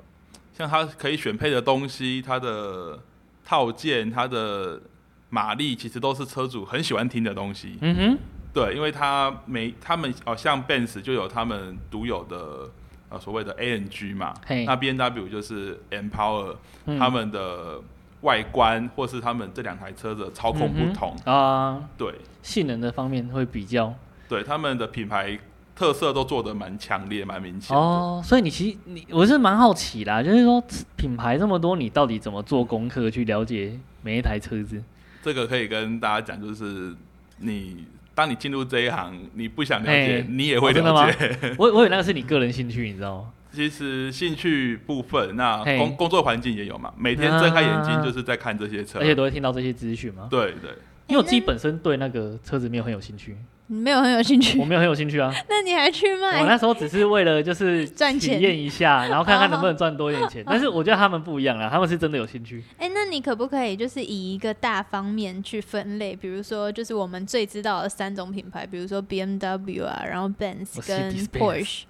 [SPEAKER 3] 像它可以选配的东西，它的套件，它的马力，其实都是车主很喜欢听的东西。
[SPEAKER 2] 嗯哼，
[SPEAKER 3] 对，因为它每他们哦，像 Benz 就有他们独有的。呃，所谓的 ANG 嘛
[SPEAKER 2] 嘿，
[SPEAKER 3] 那 B N W 就是 Empower，、
[SPEAKER 2] 嗯
[SPEAKER 3] 他们的外观或是他们这两台车的操控
[SPEAKER 2] 嗯
[SPEAKER 3] 不
[SPEAKER 2] 哼
[SPEAKER 3] 同，
[SPEAKER 2] 啊，
[SPEAKER 3] 对，
[SPEAKER 2] 性能的方面会比较
[SPEAKER 3] 对，他们的品牌特色都做得蛮强烈、蛮明显的。
[SPEAKER 2] 哦，所以你其实你我是蛮好奇啦，就是说品牌这么多，你到底怎么做功课去了解每一台车子？
[SPEAKER 3] 这个可以跟大家讲，就是你当你进入这一行，你不想了
[SPEAKER 2] 嘿，
[SPEAKER 3] 解你也会
[SPEAKER 2] 哦真的
[SPEAKER 3] 了
[SPEAKER 2] 吗
[SPEAKER 3] 解。
[SPEAKER 2] 我我以为那个是你个人兴趣，你知道吗？
[SPEAKER 3] 其实兴趣部分，那
[SPEAKER 2] 嘿啊
[SPEAKER 3] 工工作环境也有嘛，每天睁开眼睛就是在看这些车。
[SPEAKER 2] 而且都会听到这些资讯
[SPEAKER 1] 哎
[SPEAKER 2] 吗？
[SPEAKER 3] 对对，
[SPEAKER 2] 因为我自己本身对那个车子没有很有兴趣，
[SPEAKER 1] 你没有很有兴
[SPEAKER 2] 我
[SPEAKER 1] 趣，
[SPEAKER 2] 没有很有兴趣啊。
[SPEAKER 1] 那你还去
[SPEAKER 2] 我
[SPEAKER 1] 卖？
[SPEAKER 2] 那时候只是为了就是
[SPEAKER 1] 哎赚
[SPEAKER 2] 体
[SPEAKER 1] 钱
[SPEAKER 2] 验一下，然后看看能不能赚多一 点钱。但是我觉得他们不一样啦，他们是真的有兴趣。
[SPEAKER 1] 哎、那你可不可以就是以一个大方面去分类？比如说，就是我们最知道的三种品牌，比如说 BMW 啊，然后 Benz 跟
[SPEAKER 2] Mercedes-Benz
[SPEAKER 1] Porsche，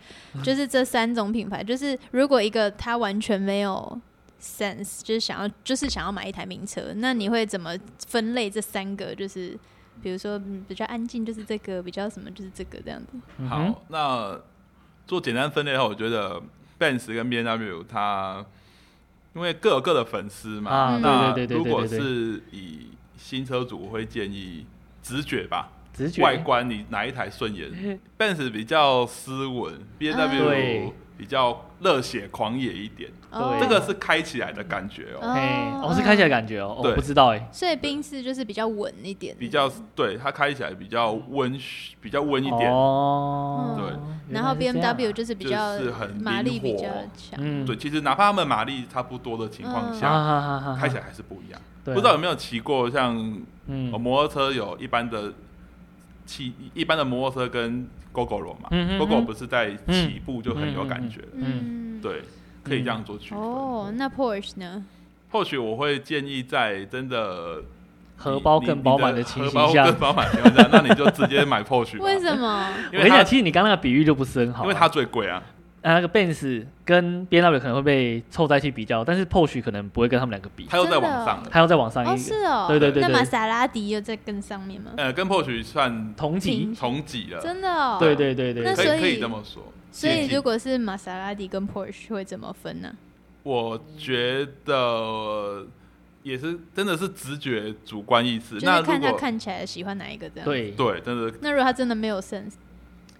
[SPEAKER 1] 就是这三种品牌。就是如果一个他完全没有 sense，就是想要就是想要买一台名车，那你会怎么分类这三个？就是比如说嗯比较安静就是这个，比较什么就是这个这样子。
[SPEAKER 2] 嗯哼
[SPEAKER 3] 好，那做简单分类的话，我觉得 Benz 跟 B N W 它因为各有各的粉丝嘛，
[SPEAKER 2] 啊，
[SPEAKER 1] 嗯
[SPEAKER 3] 那
[SPEAKER 2] 对对对
[SPEAKER 3] 如
[SPEAKER 2] 对
[SPEAKER 3] 果
[SPEAKER 2] 对对对，
[SPEAKER 3] 是以新车主，我会建议直觉吧，
[SPEAKER 2] 直 觉
[SPEAKER 3] 外观你哪一台顺
[SPEAKER 2] 嗯哎
[SPEAKER 3] 眼？Benz 比较斯文，B
[SPEAKER 2] 对
[SPEAKER 3] W 比较热血狂野一点，
[SPEAKER 1] 哦
[SPEAKER 2] 嗯对
[SPEAKER 3] 这个是开起来的感觉哦，
[SPEAKER 2] 嘿，哦是开起来的感觉哦，哦
[SPEAKER 3] 对
[SPEAKER 2] 我不知道哎，
[SPEAKER 1] 所以冰室就是比较稳一点，
[SPEAKER 3] 比较对它开起来比较温煦，比较温一点，
[SPEAKER 2] 哦，
[SPEAKER 1] 嗯
[SPEAKER 3] 对
[SPEAKER 1] 然后
[SPEAKER 2] 原来是这
[SPEAKER 1] BMW
[SPEAKER 2] 样
[SPEAKER 1] 就是比较
[SPEAKER 3] 就是很
[SPEAKER 1] 马力比
[SPEAKER 3] 灵活
[SPEAKER 1] 较强，
[SPEAKER 2] 嗯
[SPEAKER 3] 对，其实哪怕他们马力差不多的情况
[SPEAKER 2] 啊
[SPEAKER 3] 下，
[SPEAKER 2] 哈哈哈哈
[SPEAKER 3] 开起来还是不一样。
[SPEAKER 2] 对
[SPEAKER 3] 不
[SPEAKER 2] 啊
[SPEAKER 3] 知道有没有骑过像
[SPEAKER 2] 嗯
[SPEAKER 3] 呃摩托车有一般的骑一般的摩托车跟 GoGo 罗嘛
[SPEAKER 2] 嗯嗯嗯嗯
[SPEAKER 3] ，GoGo 不是在起步就很有感觉了，
[SPEAKER 1] 嗯，
[SPEAKER 3] 对，可以这样做区分。
[SPEAKER 1] 哦，那 Porsche 呢？
[SPEAKER 3] 或许我会建议在真的
[SPEAKER 2] 荷包
[SPEAKER 3] 你
[SPEAKER 2] 更
[SPEAKER 3] 你
[SPEAKER 2] 饱满的情
[SPEAKER 3] 荷
[SPEAKER 2] 形
[SPEAKER 3] 包
[SPEAKER 2] 下，
[SPEAKER 3] 更饱满的 情况下，那你就直接买 Porsche 吧。
[SPEAKER 1] 为什么？
[SPEAKER 3] 因
[SPEAKER 2] 我
[SPEAKER 3] 为
[SPEAKER 2] 跟你
[SPEAKER 3] 它
[SPEAKER 2] 讲，其实你刚刚那个比喻就不是很好啊，
[SPEAKER 3] 因为它最贵啊，
[SPEAKER 2] 啊那个 Benz 跟 B W 可能会被凑在一起比较，但是 Porsche 可能不会跟他们两个比，
[SPEAKER 3] 它又
[SPEAKER 1] 真
[SPEAKER 3] 在
[SPEAKER 1] 的
[SPEAKER 3] 往
[SPEAKER 1] 哦
[SPEAKER 3] 上了。
[SPEAKER 2] 它要再往上
[SPEAKER 1] 哦，
[SPEAKER 2] 啊一
[SPEAKER 1] 是
[SPEAKER 2] 个，
[SPEAKER 1] 哦，
[SPEAKER 2] 对对对
[SPEAKER 1] 那
[SPEAKER 2] 对
[SPEAKER 1] 玛莎拉蒂又在更上面吗？
[SPEAKER 3] 呃，跟 Porsche 算
[SPEAKER 2] 同级
[SPEAKER 1] 平，
[SPEAKER 3] 同级了，
[SPEAKER 1] 真的哦，
[SPEAKER 2] 对。对对
[SPEAKER 1] 那
[SPEAKER 2] 对
[SPEAKER 3] 可
[SPEAKER 1] 所
[SPEAKER 3] 以可
[SPEAKER 1] 以
[SPEAKER 3] 以这么说。
[SPEAKER 1] 所
[SPEAKER 3] 接
[SPEAKER 1] 以
[SPEAKER 3] 近
[SPEAKER 1] 如果是玛莎拉蒂跟 Porsche 会怎么分呢？
[SPEAKER 3] 我觉得也是真的是直觉、主观意识。
[SPEAKER 1] 就
[SPEAKER 3] 那
[SPEAKER 1] 是
[SPEAKER 3] 如
[SPEAKER 1] 看他
[SPEAKER 3] 果
[SPEAKER 1] 看起来喜欢哪一个这样。。
[SPEAKER 2] 对，
[SPEAKER 3] 对，真的
[SPEAKER 1] 那如果他真的没有 sense，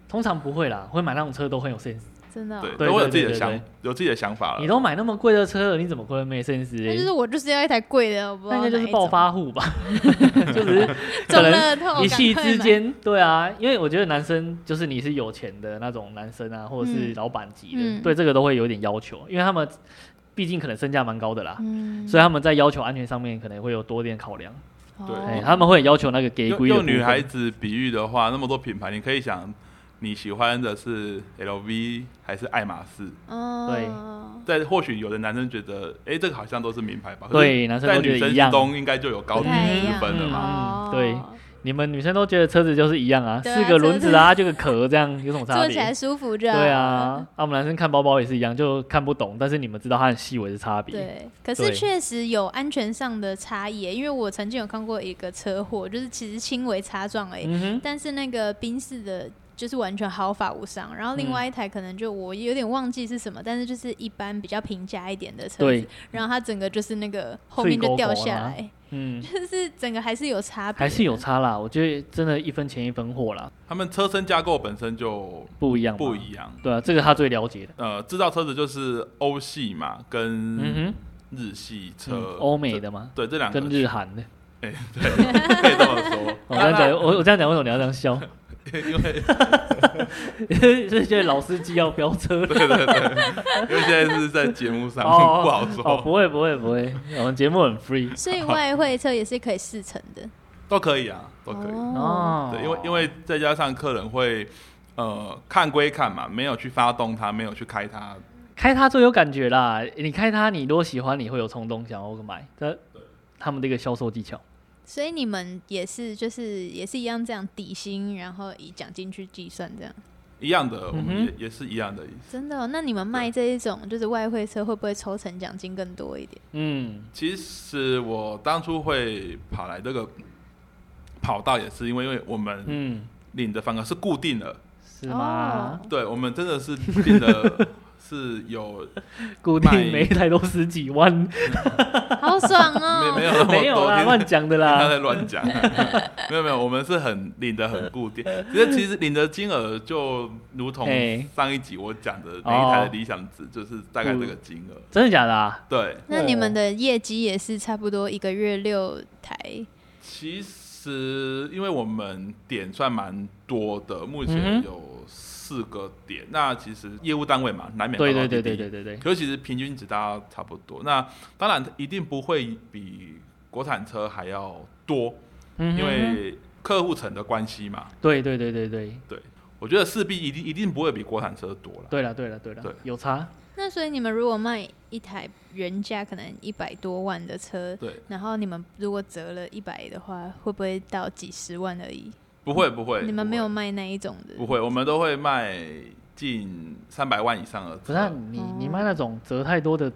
[SPEAKER 2] 通常不会啦，会买那种车都很有 sense，
[SPEAKER 1] 真的哦，
[SPEAKER 3] 对，
[SPEAKER 2] 对
[SPEAKER 3] 都会有
[SPEAKER 2] 对
[SPEAKER 3] 自己
[SPEAKER 2] 对
[SPEAKER 3] 的
[SPEAKER 2] 对
[SPEAKER 3] 想
[SPEAKER 2] 对，
[SPEAKER 3] 有自己的想法
[SPEAKER 2] 你
[SPEAKER 3] 了。
[SPEAKER 2] 都买那么贵的车了，你怎么会没 sense
[SPEAKER 1] 那就是
[SPEAKER 2] 嘞？
[SPEAKER 1] 我就是要一台贵的，我不知
[SPEAKER 2] 那
[SPEAKER 1] 道
[SPEAKER 2] 应该就是
[SPEAKER 1] 哪一
[SPEAKER 2] 暴
[SPEAKER 1] 种
[SPEAKER 2] 发户 吧，就只是可
[SPEAKER 1] 中
[SPEAKER 2] 能
[SPEAKER 1] 乐 透，
[SPEAKER 2] 一夕
[SPEAKER 1] 赶快
[SPEAKER 2] 之
[SPEAKER 1] 买。
[SPEAKER 2] 间，对啊，因为我觉得男生就是你是有钱的那种男生啊，或者是
[SPEAKER 1] 嗯
[SPEAKER 2] 老板级的，
[SPEAKER 1] 嗯
[SPEAKER 2] 对这个都会有点要求，因为他们毕竟可能身价蛮高的啦，
[SPEAKER 1] 嗯，
[SPEAKER 2] 所以他们在要求安全上面可能会有多点考量。
[SPEAKER 3] 对
[SPEAKER 1] 哦
[SPEAKER 2] 哎，他们会要求那个给
[SPEAKER 3] 用
[SPEAKER 2] 规的
[SPEAKER 3] 用女孩
[SPEAKER 2] 子，
[SPEAKER 3] 子比喻的话，那么多品牌，你可以想你喜欢的是 LV 还是爱马仕？
[SPEAKER 1] 嗯，
[SPEAKER 3] 但或许有的男生觉得，哎、这个好像都是名牌吧？可是
[SPEAKER 2] 对，男生
[SPEAKER 3] 在
[SPEAKER 2] 都觉
[SPEAKER 3] 女
[SPEAKER 2] 得
[SPEAKER 3] 生
[SPEAKER 2] 一样
[SPEAKER 3] 之。中应该就有高
[SPEAKER 1] 不
[SPEAKER 3] 低
[SPEAKER 1] 太一
[SPEAKER 3] 之
[SPEAKER 1] 样
[SPEAKER 3] 分了嘛。
[SPEAKER 1] 哦
[SPEAKER 2] 嗯对你们女生都觉得车子就是一样啊，
[SPEAKER 1] 对
[SPEAKER 2] 四
[SPEAKER 1] 啊
[SPEAKER 2] 个轮子啊，就个壳，这样有什么差
[SPEAKER 1] 坐起
[SPEAKER 2] 别
[SPEAKER 1] 来？舒服着，
[SPEAKER 2] 对啊，啊，我们男生看包包也是一样，就看不懂，但是你们知道它很细微的差别。
[SPEAKER 1] 对，可
[SPEAKER 2] 对
[SPEAKER 1] 是确实有安全上的差异耶，因为我曾经有看过一个车祸，就是其实轻微擦撞而已，
[SPEAKER 2] 嗯哼，
[SPEAKER 1] 但是那个宾士的。就是完全毫发无伤，然后另外一台可能就我有点忘记是什么，但是就是一般比较平价一点的车
[SPEAKER 2] 对
[SPEAKER 1] 子，，然后它整个就是那个后
[SPEAKER 2] 碎
[SPEAKER 1] 面就
[SPEAKER 2] 勾
[SPEAKER 1] 掉
[SPEAKER 2] 勾
[SPEAKER 1] 下
[SPEAKER 2] 啦
[SPEAKER 1] 来，
[SPEAKER 2] 嗯，
[SPEAKER 1] 就是整个还是有差别，
[SPEAKER 2] 还是有差啦。我觉得真的，一分钱一分货啦，
[SPEAKER 3] 他们车身架构本身就
[SPEAKER 2] 不一样，
[SPEAKER 3] 不。一样。
[SPEAKER 2] 对啊，这个他最了解的。
[SPEAKER 3] 呃，制造车子就是欧系嘛，跟
[SPEAKER 2] 嗯
[SPEAKER 3] 日系
[SPEAKER 2] 哼，嗯
[SPEAKER 3] 车，
[SPEAKER 2] 欧美的嘛，
[SPEAKER 3] 这对这两个
[SPEAKER 2] 跟 日韩的。
[SPEAKER 3] 可以这么说
[SPEAKER 2] 。我这样讲，我我这样讲，为什么你要这样笑？
[SPEAKER 3] 因为
[SPEAKER 2] 是觉得老司机要飙车了？
[SPEAKER 3] 因为现在是在节 目上
[SPEAKER 2] 哦
[SPEAKER 3] 不好说，
[SPEAKER 2] 哦，不会不会不会，我们节目很 free
[SPEAKER 1] 所以外汇车也是可以试乘的，
[SPEAKER 3] 都可以啊，都可以。
[SPEAKER 1] 哦，
[SPEAKER 2] 哦。
[SPEAKER 3] 对，因为因为再加上客人会，呃，看归看嘛，没有去发动它，没有去开它，
[SPEAKER 2] 开它最有感觉啦。你开它，你如果喜欢，你会有冲动想要买。这他们的一个销售技巧，
[SPEAKER 1] 所以你们也是就是也是一样这样底薪，然后以奖金去计算这样，
[SPEAKER 3] 一样的，我
[SPEAKER 2] 嗯
[SPEAKER 3] 们
[SPEAKER 2] 哼
[SPEAKER 3] 也、也是一样的意思。
[SPEAKER 1] 真的哦、那你们卖这一种就是外汇车，会不会抽成奖金更多一点？
[SPEAKER 2] 嗯，
[SPEAKER 3] 其实我当初会跑来这个跑道，也是因为因为我们
[SPEAKER 2] 嗯，
[SPEAKER 3] 领的方额是固定的，
[SPEAKER 2] 是吗？
[SPEAKER 1] 哦
[SPEAKER 3] 对我们真的是领 的是有
[SPEAKER 2] 固定
[SPEAKER 3] 买
[SPEAKER 2] 每一台都十几万，
[SPEAKER 1] 好爽 哦！
[SPEAKER 3] 没没有那么多
[SPEAKER 2] 没有啦，
[SPEAKER 3] 听
[SPEAKER 2] 乱讲的
[SPEAKER 3] 他
[SPEAKER 2] 啦。
[SPEAKER 3] 在乱讲，
[SPEAKER 2] 啊
[SPEAKER 3] 没有没有，我们是很领的很固定，其实其实领的金额就如同
[SPEAKER 2] 嗯嘿
[SPEAKER 3] 上一集我讲的那一台的
[SPEAKER 2] 哦
[SPEAKER 3] 理想值，就是大概这个金额。
[SPEAKER 2] 真的假的啊？
[SPEAKER 3] 对，
[SPEAKER 1] 那你们的业绩也是差不多一个月六台，
[SPEAKER 3] 其实因为我们点算蛮多的，目
[SPEAKER 2] 嗯
[SPEAKER 3] 前
[SPEAKER 2] 哼
[SPEAKER 3] 有四个点，那其实业务单位嘛，难免
[SPEAKER 2] 对
[SPEAKER 3] 高
[SPEAKER 2] 对
[SPEAKER 3] 高低
[SPEAKER 2] 对对
[SPEAKER 3] 低
[SPEAKER 2] 对对对，
[SPEAKER 3] 可是其实平均值大家差不多，那当然一定不会比国产车还要多，
[SPEAKER 2] 因
[SPEAKER 3] 因为客户层的关系嘛。
[SPEAKER 2] 嗯对对对对对
[SPEAKER 3] 我觉得势必一定一定不会比国产车多了。
[SPEAKER 2] 对了对了对
[SPEAKER 3] 对
[SPEAKER 2] 了，有差，
[SPEAKER 1] 那所以你们如果卖一台原价可能一百多万的车，
[SPEAKER 3] 对，
[SPEAKER 1] 然后你们如果折了一百的话，会不会到几十万而已？
[SPEAKER 3] 不会不会，
[SPEAKER 1] 你们
[SPEAKER 3] 不会
[SPEAKER 1] 没有卖那一种的，
[SPEAKER 3] 不会，我们都会卖近三百万以上的车。
[SPEAKER 2] 不是啊你你卖那种折太多的，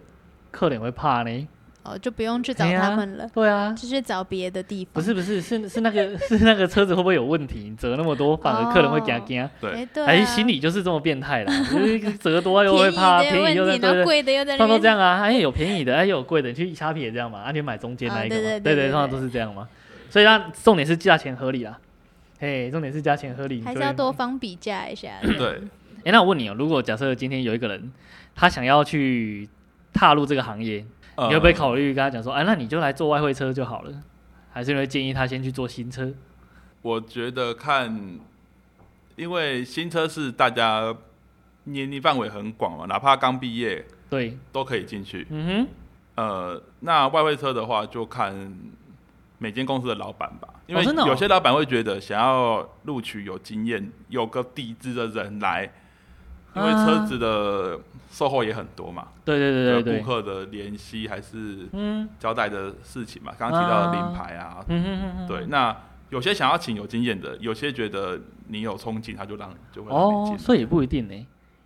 [SPEAKER 2] 客人会怕呢。
[SPEAKER 1] 哦，就不用去找
[SPEAKER 2] 哎呀
[SPEAKER 1] 他们了，
[SPEAKER 2] 对啊，
[SPEAKER 1] 就去找别的地方。
[SPEAKER 2] 不是不是是是那个 是那个车子会不会有问题？你折那么多，反而客人会惊惊。
[SPEAKER 1] 哎、
[SPEAKER 3] 对，
[SPEAKER 1] 哦对、啊，
[SPEAKER 2] 哎，心里就是这么变 态啦，就是折多又
[SPEAKER 1] 便
[SPEAKER 2] 会
[SPEAKER 1] 宜
[SPEAKER 2] 怕，
[SPEAKER 1] 的有
[SPEAKER 2] 便宜又在
[SPEAKER 1] 问题，然后
[SPEAKER 2] 对对。
[SPEAKER 1] 贵的又在那
[SPEAKER 2] 通常都
[SPEAKER 1] 边
[SPEAKER 2] 这样啊，哎有便宜的，哎有贵的，你去虾皮也这样嘛，啊你买中间那一个嘛，
[SPEAKER 1] 啊对对对
[SPEAKER 2] 对
[SPEAKER 1] 对对
[SPEAKER 2] 通常都是这样嘛。所以它重点是价钱合理啦，哎，重点是价钱合理，你
[SPEAKER 1] 还
[SPEAKER 2] 就是会
[SPEAKER 1] 要多方比价一 下。
[SPEAKER 3] 对，
[SPEAKER 2] 哎、那我问你哦，如果假设今天有一个人，他想要去踏入这个行业，
[SPEAKER 3] 呃
[SPEAKER 2] 你会不会考虑跟他讲说，哎、那你就来做外汇车就好了？还是你会建议他先去做新车？
[SPEAKER 3] 我觉得看，因为新车是大家年龄范围很广嘛，哪怕刚毕业
[SPEAKER 2] 对，
[SPEAKER 3] 都可以进去。
[SPEAKER 2] 嗯
[SPEAKER 3] 呃，那外汇车的话，就看每间公司的老板吧，因为
[SPEAKER 2] 真的哦
[SPEAKER 3] 有些老板会觉得想要录取有经验、有个底子的人来，因为
[SPEAKER 2] 啊
[SPEAKER 3] 车子的售后也很多嘛
[SPEAKER 2] 哼，，对啊对对对
[SPEAKER 3] 顾
[SPEAKER 2] 对，
[SPEAKER 3] 客的联系还是
[SPEAKER 2] 嗯
[SPEAKER 3] 交代的事情嘛，刚刚提到的
[SPEAKER 2] 啊
[SPEAKER 3] 领牌啊，
[SPEAKER 2] 嗯哼哼哼，
[SPEAKER 3] 对，那有些想要请有经验的，有些觉得你有冲劲，他就让就会让
[SPEAKER 2] 哦
[SPEAKER 3] 你，进。
[SPEAKER 2] 所以也不一定呢、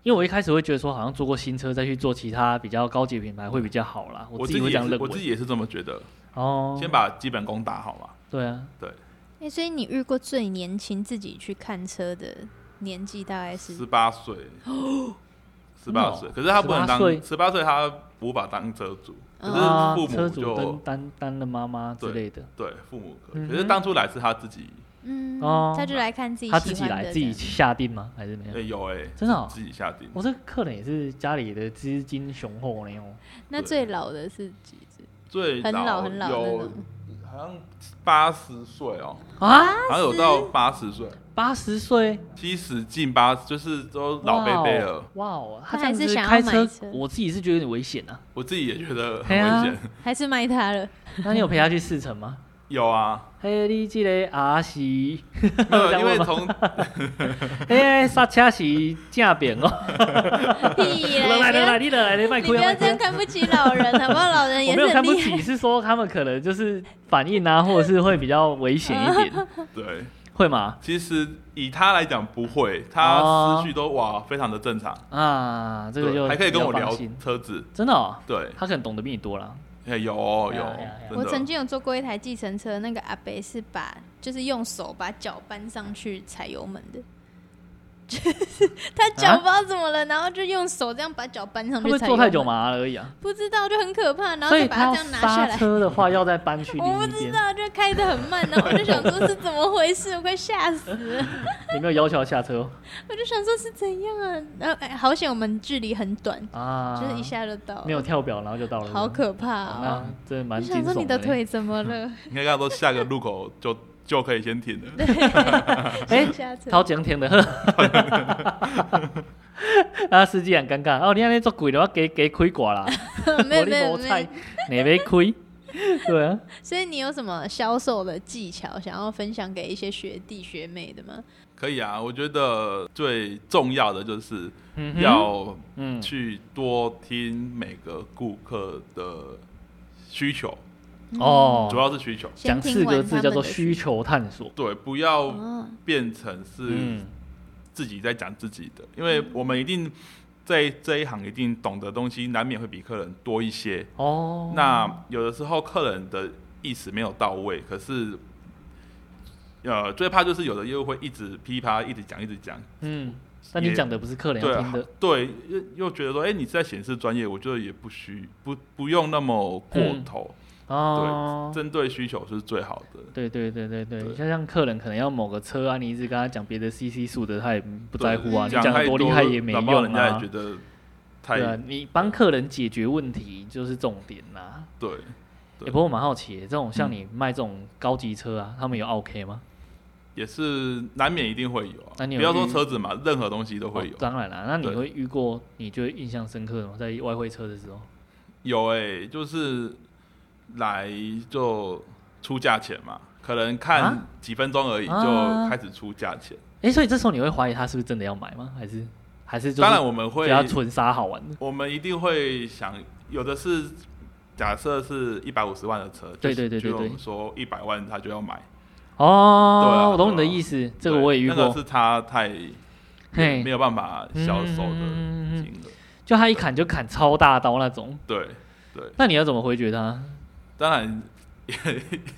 [SPEAKER 2] 因为我一开始会觉得说，好像做过新车再去做其他比较高级品牌会比较好啦。
[SPEAKER 3] 我
[SPEAKER 2] 自己会这
[SPEAKER 3] 也
[SPEAKER 2] 样
[SPEAKER 3] 是
[SPEAKER 2] 认，
[SPEAKER 3] 我自
[SPEAKER 2] 为。
[SPEAKER 3] 己也是这么觉得。
[SPEAKER 2] 哦，
[SPEAKER 3] 先把基本功打好嘛。
[SPEAKER 2] 对啊，
[SPEAKER 1] 哎、所以你遇过最年轻自己去看车的年纪大概是
[SPEAKER 3] 十？八岁，十八
[SPEAKER 2] 哦
[SPEAKER 3] 岁，可是他不能当
[SPEAKER 2] 18
[SPEAKER 3] 十八岁，他无法当车主，可是
[SPEAKER 1] 嗯
[SPEAKER 2] 啊
[SPEAKER 3] 父
[SPEAKER 2] 车
[SPEAKER 3] 母
[SPEAKER 2] 主
[SPEAKER 3] 就
[SPEAKER 2] 跟单单的妈妈之
[SPEAKER 3] 对
[SPEAKER 2] 类的，
[SPEAKER 3] 对父母可以，
[SPEAKER 2] 嗯哼
[SPEAKER 3] 可是当初来是他自己，
[SPEAKER 1] 嗯，
[SPEAKER 2] 哦
[SPEAKER 1] 他就来看自己
[SPEAKER 2] 他自
[SPEAKER 1] 喜
[SPEAKER 2] 己
[SPEAKER 1] 欢的
[SPEAKER 2] 来自
[SPEAKER 1] 这
[SPEAKER 2] 己
[SPEAKER 1] 样
[SPEAKER 2] 下定吗？还是怎么样
[SPEAKER 3] 哎？有哎，
[SPEAKER 2] 真的哦
[SPEAKER 3] 自己下定，
[SPEAKER 2] 我这个客人也是家里的资金雄厚呢哦，
[SPEAKER 1] 那
[SPEAKER 3] 对
[SPEAKER 1] 最老的是几岁？
[SPEAKER 3] 最
[SPEAKER 1] 很老很老的那
[SPEAKER 3] 有
[SPEAKER 1] 种。
[SPEAKER 3] 好像八十岁哦，
[SPEAKER 2] 啊，
[SPEAKER 3] 好像有到八十岁，
[SPEAKER 2] 八十岁
[SPEAKER 3] 七十近八，就是都老贝贝了。
[SPEAKER 2] 哇哦，哇哦他
[SPEAKER 1] 他
[SPEAKER 2] 这样
[SPEAKER 1] 还是
[SPEAKER 2] 子
[SPEAKER 1] 想要
[SPEAKER 2] 开
[SPEAKER 1] 买
[SPEAKER 2] 车
[SPEAKER 1] 车，
[SPEAKER 2] 我自己是觉得有点危险啊。
[SPEAKER 3] 我自己也觉得很
[SPEAKER 2] 哎呀
[SPEAKER 3] 危险。
[SPEAKER 1] 还是卖他了？
[SPEAKER 2] 那你有陪他去试乘吗？
[SPEAKER 3] 有啊，
[SPEAKER 2] 嘿，你这个阿是，
[SPEAKER 3] 没有，
[SPEAKER 2] 这样
[SPEAKER 3] 因
[SPEAKER 2] 问
[SPEAKER 3] 为
[SPEAKER 2] 吗
[SPEAKER 3] 从
[SPEAKER 2] 嘿，刹车是正边哦，
[SPEAKER 1] 屁嘞！
[SPEAKER 2] 来来
[SPEAKER 1] 不
[SPEAKER 2] 来
[SPEAKER 1] 要
[SPEAKER 2] 来，你来来，你卖
[SPEAKER 1] 你
[SPEAKER 2] 亏
[SPEAKER 1] 不要
[SPEAKER 2] 卖
[SPEAKER 1] 这样
[SPEAKER 2] 亏。
[SPEAKER 1] 看不起老人，好不好？老人
[SPEAKER 2] 我
[SPEAKER 1] 也
[SPEAKER 2] 没
[SPEAKER 1] 是
[SPEAKER 2] 有看
[SPEAKER 1] 很
[SPEAKER 2] 不
[SPEAKER 1] 厉
[SPEAKER 2] 起，
[SPEAKER 1] 害。
[SPEAKER 2] 是说他们可能就是反应啊，或者是会比较危险一点，
[SPEAKER 3] 对，
[SPEAKER 2] 会吗？
[SPEAKER 3] 其实以他来讲不会，
[SPEAKER 2] 哦
[SPEAKER 3] 他思绪都哇非常的正常，
[SPEAKER 2] 啊，这个
[SPEAKER 3] 对
[SPEAKER 2] 就
[SPEAKER 3] 还可以跟我
[SPEAKER 2] 比较
[SPEAKER 3] 聊
[SPEAKER 2] 放心
[SPEAKER 3] 车子，
[SPEAKER 2] 真的哦，
[SPEAKER 3] 对，
[SPEAKER 2] 他可能懂得比你多啦。
[SPEAKER 3] 哎有哦
[SPEAKER 2] 哎
[SPEAKER 3] 有
[SPEAKER 2] 呀哎呀哎呀，
[SPEAKER 3] 真
[SPEAKER 1] 我
[SPEAKER 3] 的
[SPEAKER 1] 曾经有坐过一台计程车，那个阿伯是把就是用手把脚搬上去踩油门的，就是他脚
[SPEAKER 2] 啊
[SPEAKER 1] 不知道怎么了，然后就用手这样把脚搬
[SPEAKER 2] 他
[SPEAKER 1] 上
[SPEAKER 2] 会
[SPEAKER 1] 去
[SPEAKER 2] 不会
[SPEAKER 1] 踩
[SPEAKER 2] 坐太
[SPEAKER 1] 油
[SPEAKER 2] 久
[SPEAKER 1] 门？
[SPEAKER 2] 麻了而已啊？
[SPEAKER 1] 不知道就很可怕，然后
[SPEAKER 2] 所
[SPEAKER 1] 就
[SPEAKER 2] 以
[SPEAKER 1] 把
[SPEAKER 2] 他
[SPEAKER 1] 它
[SPEAKER 2] 要
[SPEAKER 1] 这样拿下
[SPEAKER 2] 刹
[SPEAKER 1] 来。
[SPEAKER 2] 车的话，要再搬去
[SPEAKER 1] 我
[SPEAKER 2] 另
[SPEAKER 1] 不
[SPEAKER 2] 一
[SPEAKER 1] 知
[SPEAKER 2] 边。
[SPEAKER 1] 道，就开得很慢，然后我就想说是怎么回事，我快吓死了。
[SPEAKER 2] 有没有要求下车
[SPEAKER 1] 我就想说是怎样啊？然后、哎，好险我们距离很短，
[SPEAKER 2] 啊？
[SPEAKER 1] 就是一下就到了，
[SPEAKER 2] 没有跳表，然后就到了。
[SPEAKER 1] 好可怕哦！
[SPEAKER 2] 那真的欸
[SPEAKER 1] 我
[SPEAKER 2] 蛮惊
[SPEAKER 1] 想
[SPEAKER 2] 悚
[SPEAKER 1] 说你的
[SPEAKER 2] 嘞。
[SPEAKER 1] 腿怎么了？
[SPEAKER 3] 应该跟他说下个路口就就可以先停了，
[SPEAKER 2] 哎
[SPEAKER 1] 先 下车
[SPEAKER 2] 超讲甜的， 啊，司机很尴尬。哦，你安尼做鬼的话，给给开挂啦，
[SPEAKER 1] 没有没
[SPEAKER 2] 我你
[SPEAKER 1] 有
[SPEAKER 2] 无
[SPEAKER 1] 没
[SPEAKER 2] 菜
[SPEAKER 1] 有。，
[SPEAKER 2] 你没亏。对啊，
[SPEAKER 1] 所以你有什么销售的技巧想要分享给一些学弟学妹的吗？
[SPEAKER 3] 可以啊，我觉得最重要的就是
[SPEAKER 2] 嗯哼，
[SPEAKER 3] 要
[SPEAKER 2] 嗯
[SPEAKER 3] 去多听每个顾客的需求，
[SPEAKER 2] 哦
[SPEAKER 3] 嗯主，要是需求，
[SPEAKER 1] 先
[SPEAKER 2] 讲
[SPEAKER 1] 听
[SPEAKER 2] 四
[SPEAKER 1] 完
[SPEAKER 2] 个字
[SPEAKER 1] 他
[SPEAKER 2] 叫
[SPEAKER 1] 们
[SPEAKER 2] 做
[SPEAKER 1] 的
[SPEAKER 2] 需求探索。
[SPEAKER 3] 对，不要
[SPEAKER 1] 哦，
[SPEAKER 3] 变成是
[SPEAKER 2] 嗯，
[SPEAKER 3] 自己在讲自己的，因为我们一定在这一行一定懂的东西，难免会比客人多一些。
[SPEAKER 2] 哦，
[SPEAKER 3] 那有的时候客人的意识没有到位，可是。呃，最怕就是有的业务会一直噼啪，一直讲，一直讲，
[SPEAKER 2] 嗯，但你
[SPEAKER 3] 也
[SPEAKER 2] 讲的不是客人
[SPEAKER 3] 对
[SPEAKER 2] 要
[SPEAKER 3] 啊
[SPEAKER 2] 听的，
[SPEAKER 3] 对，又又觉得说，哎、你是在显示专业，我觉得也不需不不用那么过头，
[SPEAKER 2] 嗯哦。
[SPEAKER 3] 针对需求是最好的。
[SPEAKER 2] 对对对对对，
[SPEAKER 3] 对
[SPEAKER 2] 像像客人可能要某个车啊，你一直跟他讲别的 CC 数的，他也不在乎啊，
[SPEAKER 1] 对
[SPEAKER 2] 你
[SPEAKER 3] 讲
[SPEAKER 2] 讲
[SPEAKER 3] 太
[SPEAKER 2] 的多厉害也没
[SPEAKER 3] 搞不好
[SPEAKER 2] 用
[SPEAKER 3] 人家也
[SPEAKER 2] 啊
[SPEAKER 3] 觉。得太
[SPEAKER 2] 对啊，你帮客人解决问题就是重点啦、
[SPEAKER 3] 对
[SPEAKER 2] 也、
[SPEAKER 3] 对
[SPEAKER 2] 不
[SPEAKER 3] 嗯
[SPEAKER 2] 过我蛮好奇的，这种像你卖这种高级车啊，他们有 OK 吗？
[SPEAKER 3] 也是难免一定会有啊。
[SPEAKER 2] 那你有
[SPEAKER 3] 不要说
[SPEAKER 2] 遇
[SPEAKER 3] 车子嘛，任何东西都会有
[SPEAKER 2] 哦。当然啦，那你
[SPEAKER 3] 对
[SPEAKER 2] 会遇过你觉得印象深刻的吗？在外汇车的时候，
[SPEAKER 3] 有哎、就是来就出价钱嘛，可能看
[SPEAKER 2] 啊
[SPEAKER 3] 几分钟而已
[SPEAKER 2] 啊
[SPEAKER 3] 就开始出价钱。
[SPEAKER 2] 哎、所以这时候你会怀疑他是不是真的要买吗？还是还是就是
[SPEAKER 3] 当然我们会
[SPEAKER 2] 给他纯杀好玩的？
[SPEAKER 3] 我们一定会想，有的是假设是一百五十万的车，
[SPEAKER 2] 对
[SPEAKER 3] 就是
[SPEAKER 2] 对对对
[SPEAKER 3] 就
[SPEAKER 2] 对
[SPEAKER 3] 我们说一百万他就要买，
[SPEAKER 2] 哦，
[SPEAKER 3] 对啊
[SPEAKER 2] 我懂你的
[SPEAKER 3] 对啊
[SPEAKER 2] 意思，这个
[SPEAKER 3] 对
[SPEAKER 2] 我也遇
[SPEAKER 3] 那
[SPEAKER 2] 过
[SPEAKER 3] 个，是他太
[SPEAKER 2] 嘿
[SPEAKER 3] 没有办法销售的
[SPEAKER 2] 嗯嗯嗯嗯嗯
[SPEAKER 3] 金额，
[SPEAKER 2] 就他一砍就砍超大刀那种，
[SPEAKER 3] 对对，
[SPEAKER 2] 那你要怎么回绝他？
[SPEAKER 3] 当然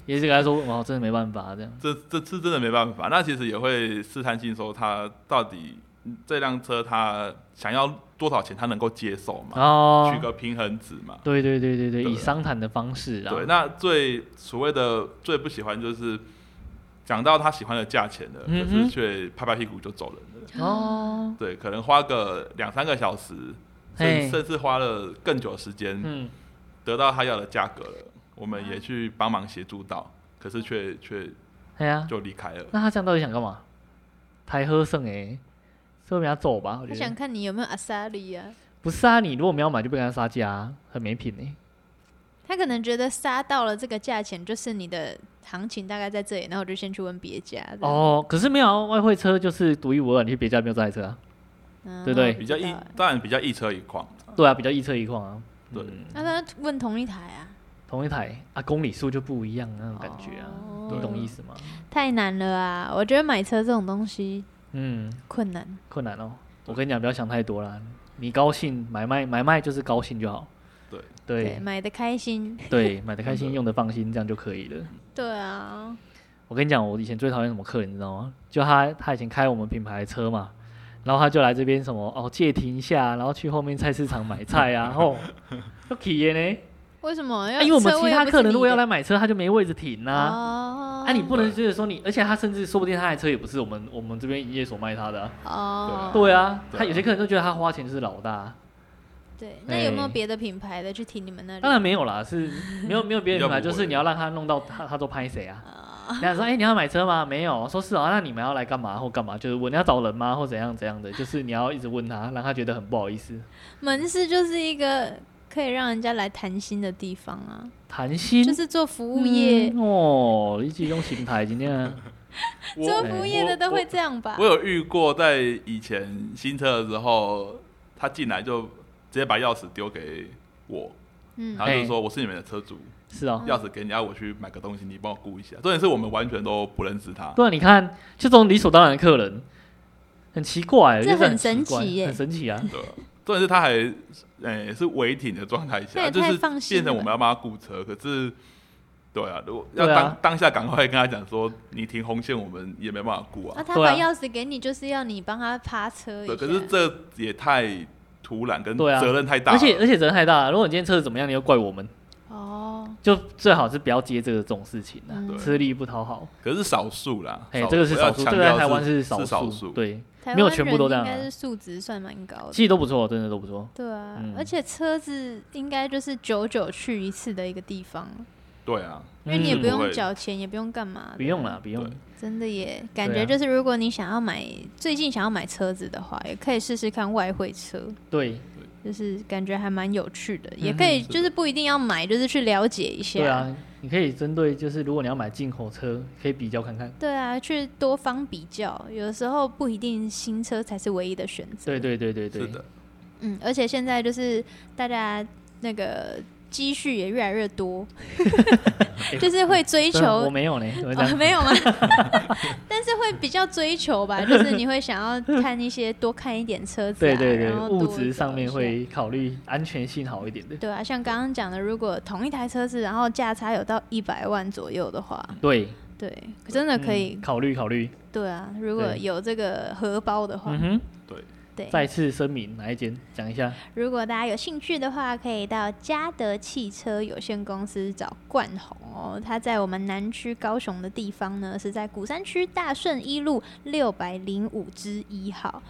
[SPEAKER 2] 也是跟他说，哦，真的没办法这样。
[SPEAKER 3] 这这次真的没办法，那其实也会试探性说他到底这辆车他想要多少钱，他能够接受嘛，
[SPEAKER 2] 哦，
[SPEAKER 3] 取个平衡值嘛。
[SPEAKER 2] 对对对对对，
[SPEAKER 3] 对
[SPEAKER 2] 以商谈的方式啊，
[SPEAKER 3] 对，那最所谓的最不喜欢就是讲到他喜欢的价钱了，
[SPEAKER 2] 嗯
[SPEAKER 3] 可
[SPEAKER 2] 哼
[SPEAKER 3] 是却拍拍屁股就走人了。
[SPEAKER 2] 哦，
[SPEAKER 3] 对，可能花个两三个小时，
[SPEAKER 2] 嘿
[SPEAKER 3] 甚甚至花了更久时间，
[SPEAKER 2] 嗯，
[SPEAKER 3] 得到他要的价格了，我们也去帮忙协助到，可是却却
[SPEAKER 2] 哎呀，
[SPEAKER 3] 就离开了。
[SPEAKER 2] 那他这样到底想干嘛？台喝剩哎，是会被他走吧？我
[SPEAKER 1] 他
[SPEAKER 2] 觉
[SPEAKER 1] 想
[SPEAKER 2] 得
[SPEAKER 1] 看你有没有阿萨里啊？
[SPEAKER 2] 不是啊，你如果没有买就被他杀价啊，很没品哎。
[SPEAKER 1] 他可能觉得杀到了这个价钱就是你的行情大概在这里，然后我就先去问别家的，
[SPEAKER 2] 哦，可是没有啊外汇车就是独一无二，你去别家没有这台车啊？
[SPEAKER 1] 嗯
[SPEAKER 2] 对不对
[SPEAKER 3] 比较一
[SPEAKER 1] 我不知道，
[SPEAKER 3] 当然比较一车一况，
[SPEAKER 1] 哦
[SPEAKER 2] 对啊，比较一车一况啊。
[SPEAKER 3] 对
[SPEAKER 2] 嗯，
[SPEAKER 1] 那他问同一台啊？
[SPEAKER 2] 同一台啊，公里数就不一样那种感觉啊，
[SPEAKER 1] 哦
[SPEAKER 2] 你懂意思吗？
[SPEAKER 1] 太难了啊！我觉得买车这种东西
[SPEAKER 2] 嗯，
[SPEAKER 1] 困难，
[SPEAKER 2] 困难哦。我跟你讲，不要想太多啦，你高兴买卖买卖就是高兴就好。
[SPEAKER 3] 对
[SPEAKER 1] 对，
[SPEAKER 2] 对
[SPEAKER 1] 买的开心，
[SPEAKER 2] 对，买的开心，
[SPEAKER 3] 真的
[SPEAKER 2] 用的放心，这样就可以了。
[SPEAKER 1] 对啊，
[SPEAKER 2] 我跟你讲，我以前最讨厌什么客人，你知道吗？就他他以前开我们品牌的车嘛，然后他就来这边什么哦借停一下，然后去后面菜市场买菜 啊，哦，就体验呢。
[SPEAKER 1] 为什么？
[SPEAKER 2] 啊因为我们其他客人如果要来
[SPEAKER 1] 来，
[SPEAKER 2] 买车，他就没位置停呐、啊。
[SPEAKER 1] 哦，
[SPEAKER 2] 啊，你不能就是说你，而且他甚至说不定他台车也不是我们我们这边营业所卖他的啊、
[SPEAKER 1] 哦，
[SPEAKER 2] 对啊，
[SPEAKER 3] 对啊
[SPEAKER 2] 他有些客人都觉得他花钱就是老大啊，
[SPEAKER 1] 对，那有没有
[SPEAKER 2] 哎
[SPEAKER 1] 别的品牌的去提你们那里？
[SPEAKER 2] 当然没有啦，是没有没有别的品牌，
[SPEAKER 3] 比
[SPEAKER 2] 就
[SPEAKER 3] 较不
[SPEAKER 2] 是
[SPEAKER 3] 会
[SPEAKER 2] 你要让他弄到他他都拍谁啊？ 人家说哎、你要买车吗？没有，说是哦、啊那你们要来干嘛或干嘛？就是问你要找人吗或怎样怎样的，就是你要一直问他，让他觉得很不好意思。
[SPEAKER 1] 门市就是一个可以让人家来谈心的地方啊，
[SPEAKER 2] 谈心
[SPEAKER 1] 就是做服务业，
[SPEAKER 2] 嗯哦，你这种心态今天
[SPEAKER 3] 我
[SPEAKER 1] 做啊服务业的都会
[SPEAKER 3] 我
[SPEAKER 1] 这样吧
[SPEAKER 3] 我。有遇过，在以前新车的时候，他进来就直接把钥匙丢给我，
[SPEAKER 1] 嗯
[SPEAKER 3] 然，后就说我是你们的车主，
[SPEAKER 2] 是 哦。
[SPEAKER 3] 钥匙给你，啊要我去买个东西，你帮我顾一下。重点是我们完全都不认识他，
[SPEAKER 2] 对啊，你看这种理所当然的客人，很奇怪，
[SPEAKER 1] 这
[SPEAKER 2] 就是
[SPEAKER 1] 很神
[SPEAKER 2] 奇怪
[SPEAKER 1] 奇耶
[SPEAKER 2] 很神奇啊！
[SPEAKER 3] 对。重点是他还，诶、是违停的状态
[SPEAKER 1] 那
[SPEAKER 3] 下，
[SPEAKER 1] 也
[SPEAKER 3] 就
[SPEAKER 1] 太
[SPEAKER 3] 是
[SPEAKER 1] 放心
[SPEAKER 3] 变成
[SPEAKER 1] 了
[SPEAKER 3] 我们要帮他雇车，可是，对啊，如果要
[SPEAKER 2] 对啊
[SPEAKER 3] 当、当下赶快跟他讲说，你停红线，我们也没办法雇啊
[SPEAKER 1] 那。他
[SPEAKER 2] 对
[SPEAKER 1] 把
[SPEAKER 2] 啊
[SPEAKER 1] 钥匙给你，就是要你帮他趴车一下。
[SPEAKER 3] 对，可是这也太突然，跟
[SPEAKER 2] 对啊
[SPEAKER 3] 责任太大了、
[SPEAKER 2] 而且而且责任太大了，如果你今天车子怎么样，你又怪我们，
[SPEAKER 1] 哦，
[SPEAKER 2] 就最好是不要接这个这种事情啊，
[SPEAKER 1] 嗯
[SPEAKER 3] 对
[SPEAKER 2] 吃力不讨好。
[SPEAKER 3] 可是少数啦，
[SPEAKER 2] 哎、
[SPEAKER 3] 少
[SPEAKER 2] 这个是
[SPEAKER 3] 我要
[SPEAKER 2] 少数，
[SPEAKER 3] 强
[SPEAKER 2] 这个在
[SPEAKER 3] 调
[SPEAKER 2] 台湾
[SPEAKER 3] 是
[SPEAKER 2] 少
[SPEAKER 3] 少
[SPEAKER 2] 数，
[SPEAKER 3] 数，
[SPEAKER 2] 对，
[SPEAKER 1] 台
[SPEAKER 2] 没有
[SPEAKER 1] 湾
[SPEAKER 2] 全部都这
[SPEAKER 1] 人
[SPEAKER 2] 样
[SPEAKER 1] 应该
[SPEAKER 2] 啊
[SPEAKER 1] 是素质算蛮高的。
[SPEAKER 2] 其实都不错，真的都不错。
[SPEAKER 1] 对啊，
[SPEAKER 2] 嗯
[SPEAKER 1] 而且车子应该就是久久去一次的一个地方，
[SPEAKER 3] 对啊，
[SPEAKER 1] 因为你也
[SPEAKER 2] 嗯
[SPEAKER 1] 不用
[SPEAKER 3] 对
[SPEAKER 1] 缴钱，也不用干嘛的。
[SPEAKER 2] 不用啦，不用
[SPEAKER 3] 对。
[SPEAKER 1] 真的耶，感
[SPEAKER 2] 对啊
[SPEAKER 1] 觉就是如果你想要买最近想要买车子的话，也可以试试看外汇车，
[SPEAKER 2] 对
[SPEAKER 1] 就是感觉还蛮有趣的，
[SPEAKER 2] 哼
[SPEAKER 1] 也可以
[SPEAKER 3] 是的
[SPEAKER 1] 就是不一定要买，就是去了解一下。
[SPEAKER 2] 嗯对啊，你可以针对就是如果你要买进口车，可以比较看看。
[SPEAKER 1] 对啊，去多方比较，有时候不一定新车才是唯一的选择。
[SPEAKER 2] 对，对对对对，
[SPEAKER 3] 是的，
[SPEAKER 1] 嗯，而且现在就是大家那个积蓄也越来越 多， 就是会追
[SPEAKER 2] 哎真的
[SPEAKER 1] 求
[SPEAKER 2] 我没有呢，怎么这
[SPEAKER 1] 哦，
[SPEAKER 2] 样？
[SPEAKER 1] 没 有吗？但是会比较追求吧，就是你会想要看一些多看一点车子、啊，
[SPEAKER 2] 对对对
[SPEAKER 1] 然，后多
[SPEAKER 2] 物质上面
[SPEAKER 1] 走一下。
[SPEAKER 2] 会考虑安全性好一点的。
[SPEAKER 1] 对啊，像刚刚讲的，如果同一台车子，然后价差有到一百万左右的话，
[SPEAKER 2] 对，
[SPEAKER 1] 对，真的嗯可以
[SPEAKER 2] 嗯，考虑考虑。
[SPEAKER 1] 对啊，如果
[SPEAKER 2] 对
[SPEAKER 1] 有这个荷包的话
[SPEAKER 2] 嗯，哼，
[SPEAKER 1] 对，
[SPEAKER 2] 再次声明哪一间讲一下。
[SPEAKER 1] 如果大家有兴趣的话，可以到嘉德汽车有限公司找冠宏哦。他在我们南区高雄的地方呢，是在鼓山区大顺一路六百零五之一号。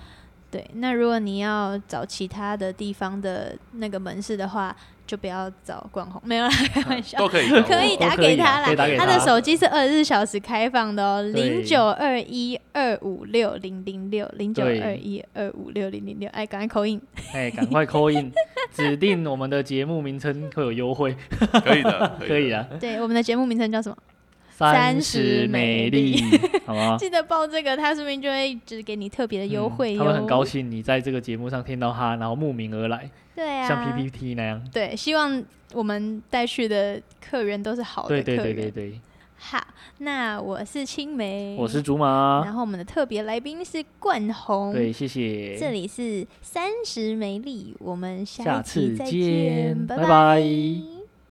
[SPEAKER 1] 对，那如果你要找其他的地方的那个门市的话，就不要找冠宏，没有啦，开玩笑。
[SPEAKER 3] 都可以，
[SPEAKER 1] 可以打给他啦
[SPEAKER 2] 都可以打给，他
[SPEAKER 1] 的手机是二十四小时开放的哦，
[SPEAKER 2] 对
[SPEAKER 1] 零九二一二五六零零六零九二一
[SPEAKER 2] 对
[SPEAKER 1] 二五六零零六，哎，赶快口音。
[SPEAKER 2] 哎，赶快 call in，指定我们的节目名称会有优惠，
[SPEAKER 3] 可以的，
[SPEAKER 2] 可以
[SPEAKER 3] 的，
[SPEAKER 2] 啊。
[SPEAKER 1] 对，我们的节目名称叫什么？
[SPEAKER 2] 三
[SPEAKER 1] 三
[SPEAKER 2] 十
[SPEAKER 1] 十
[SPEAKER 2] 美
[SPEAKER 1] 美
[SPEAKER 2] 丽
[SPEAKER 1] 丽，
[SPEAKER 2] 好吗？
[SPEAKER 1] 记得报这个，他说不定就会只给你特别的优惠
[SPEAKER 2] 嗯
[SPEAKER 1] 哟、
[SPEAKER 2] 他们很高。兴你在这个节目上听到他，然后慕名而来，
[SPEAKER 1] 对啊，
[SPEAKER 2] 像 PPT 那样。
[SPEAKER 1] 对，希望我们带去的客源都是好
[SPEAKER 2] 对
[SPEAKER 1] 的客
[SPEAKER 2] 对
[SPEAKER 1] 源。
[SPEAKER 2] 对对对，
[SPEAKER 1] 好，那我是青梅，
[SPEAKER 2] 我是竹马，
[SPEAKER 1] 然后我们的特别来宾是冠宏。
[SPEAKER 2] 对，谢
[SPEAKER 1] 这
[SPEAKER 2] 谢，
[SPEAKER 1] 里是三十美丽，我们
[SPEAKER 2] 下
[SPEAKER 1] 一
[SPEAKER 2] 次
[SPEAKER 1] 期再
[SPEAKER 2] 见
[SPEAKER 1] 见，
[SPEAKER 2] 拜拜
[SPEAKER 1] 拜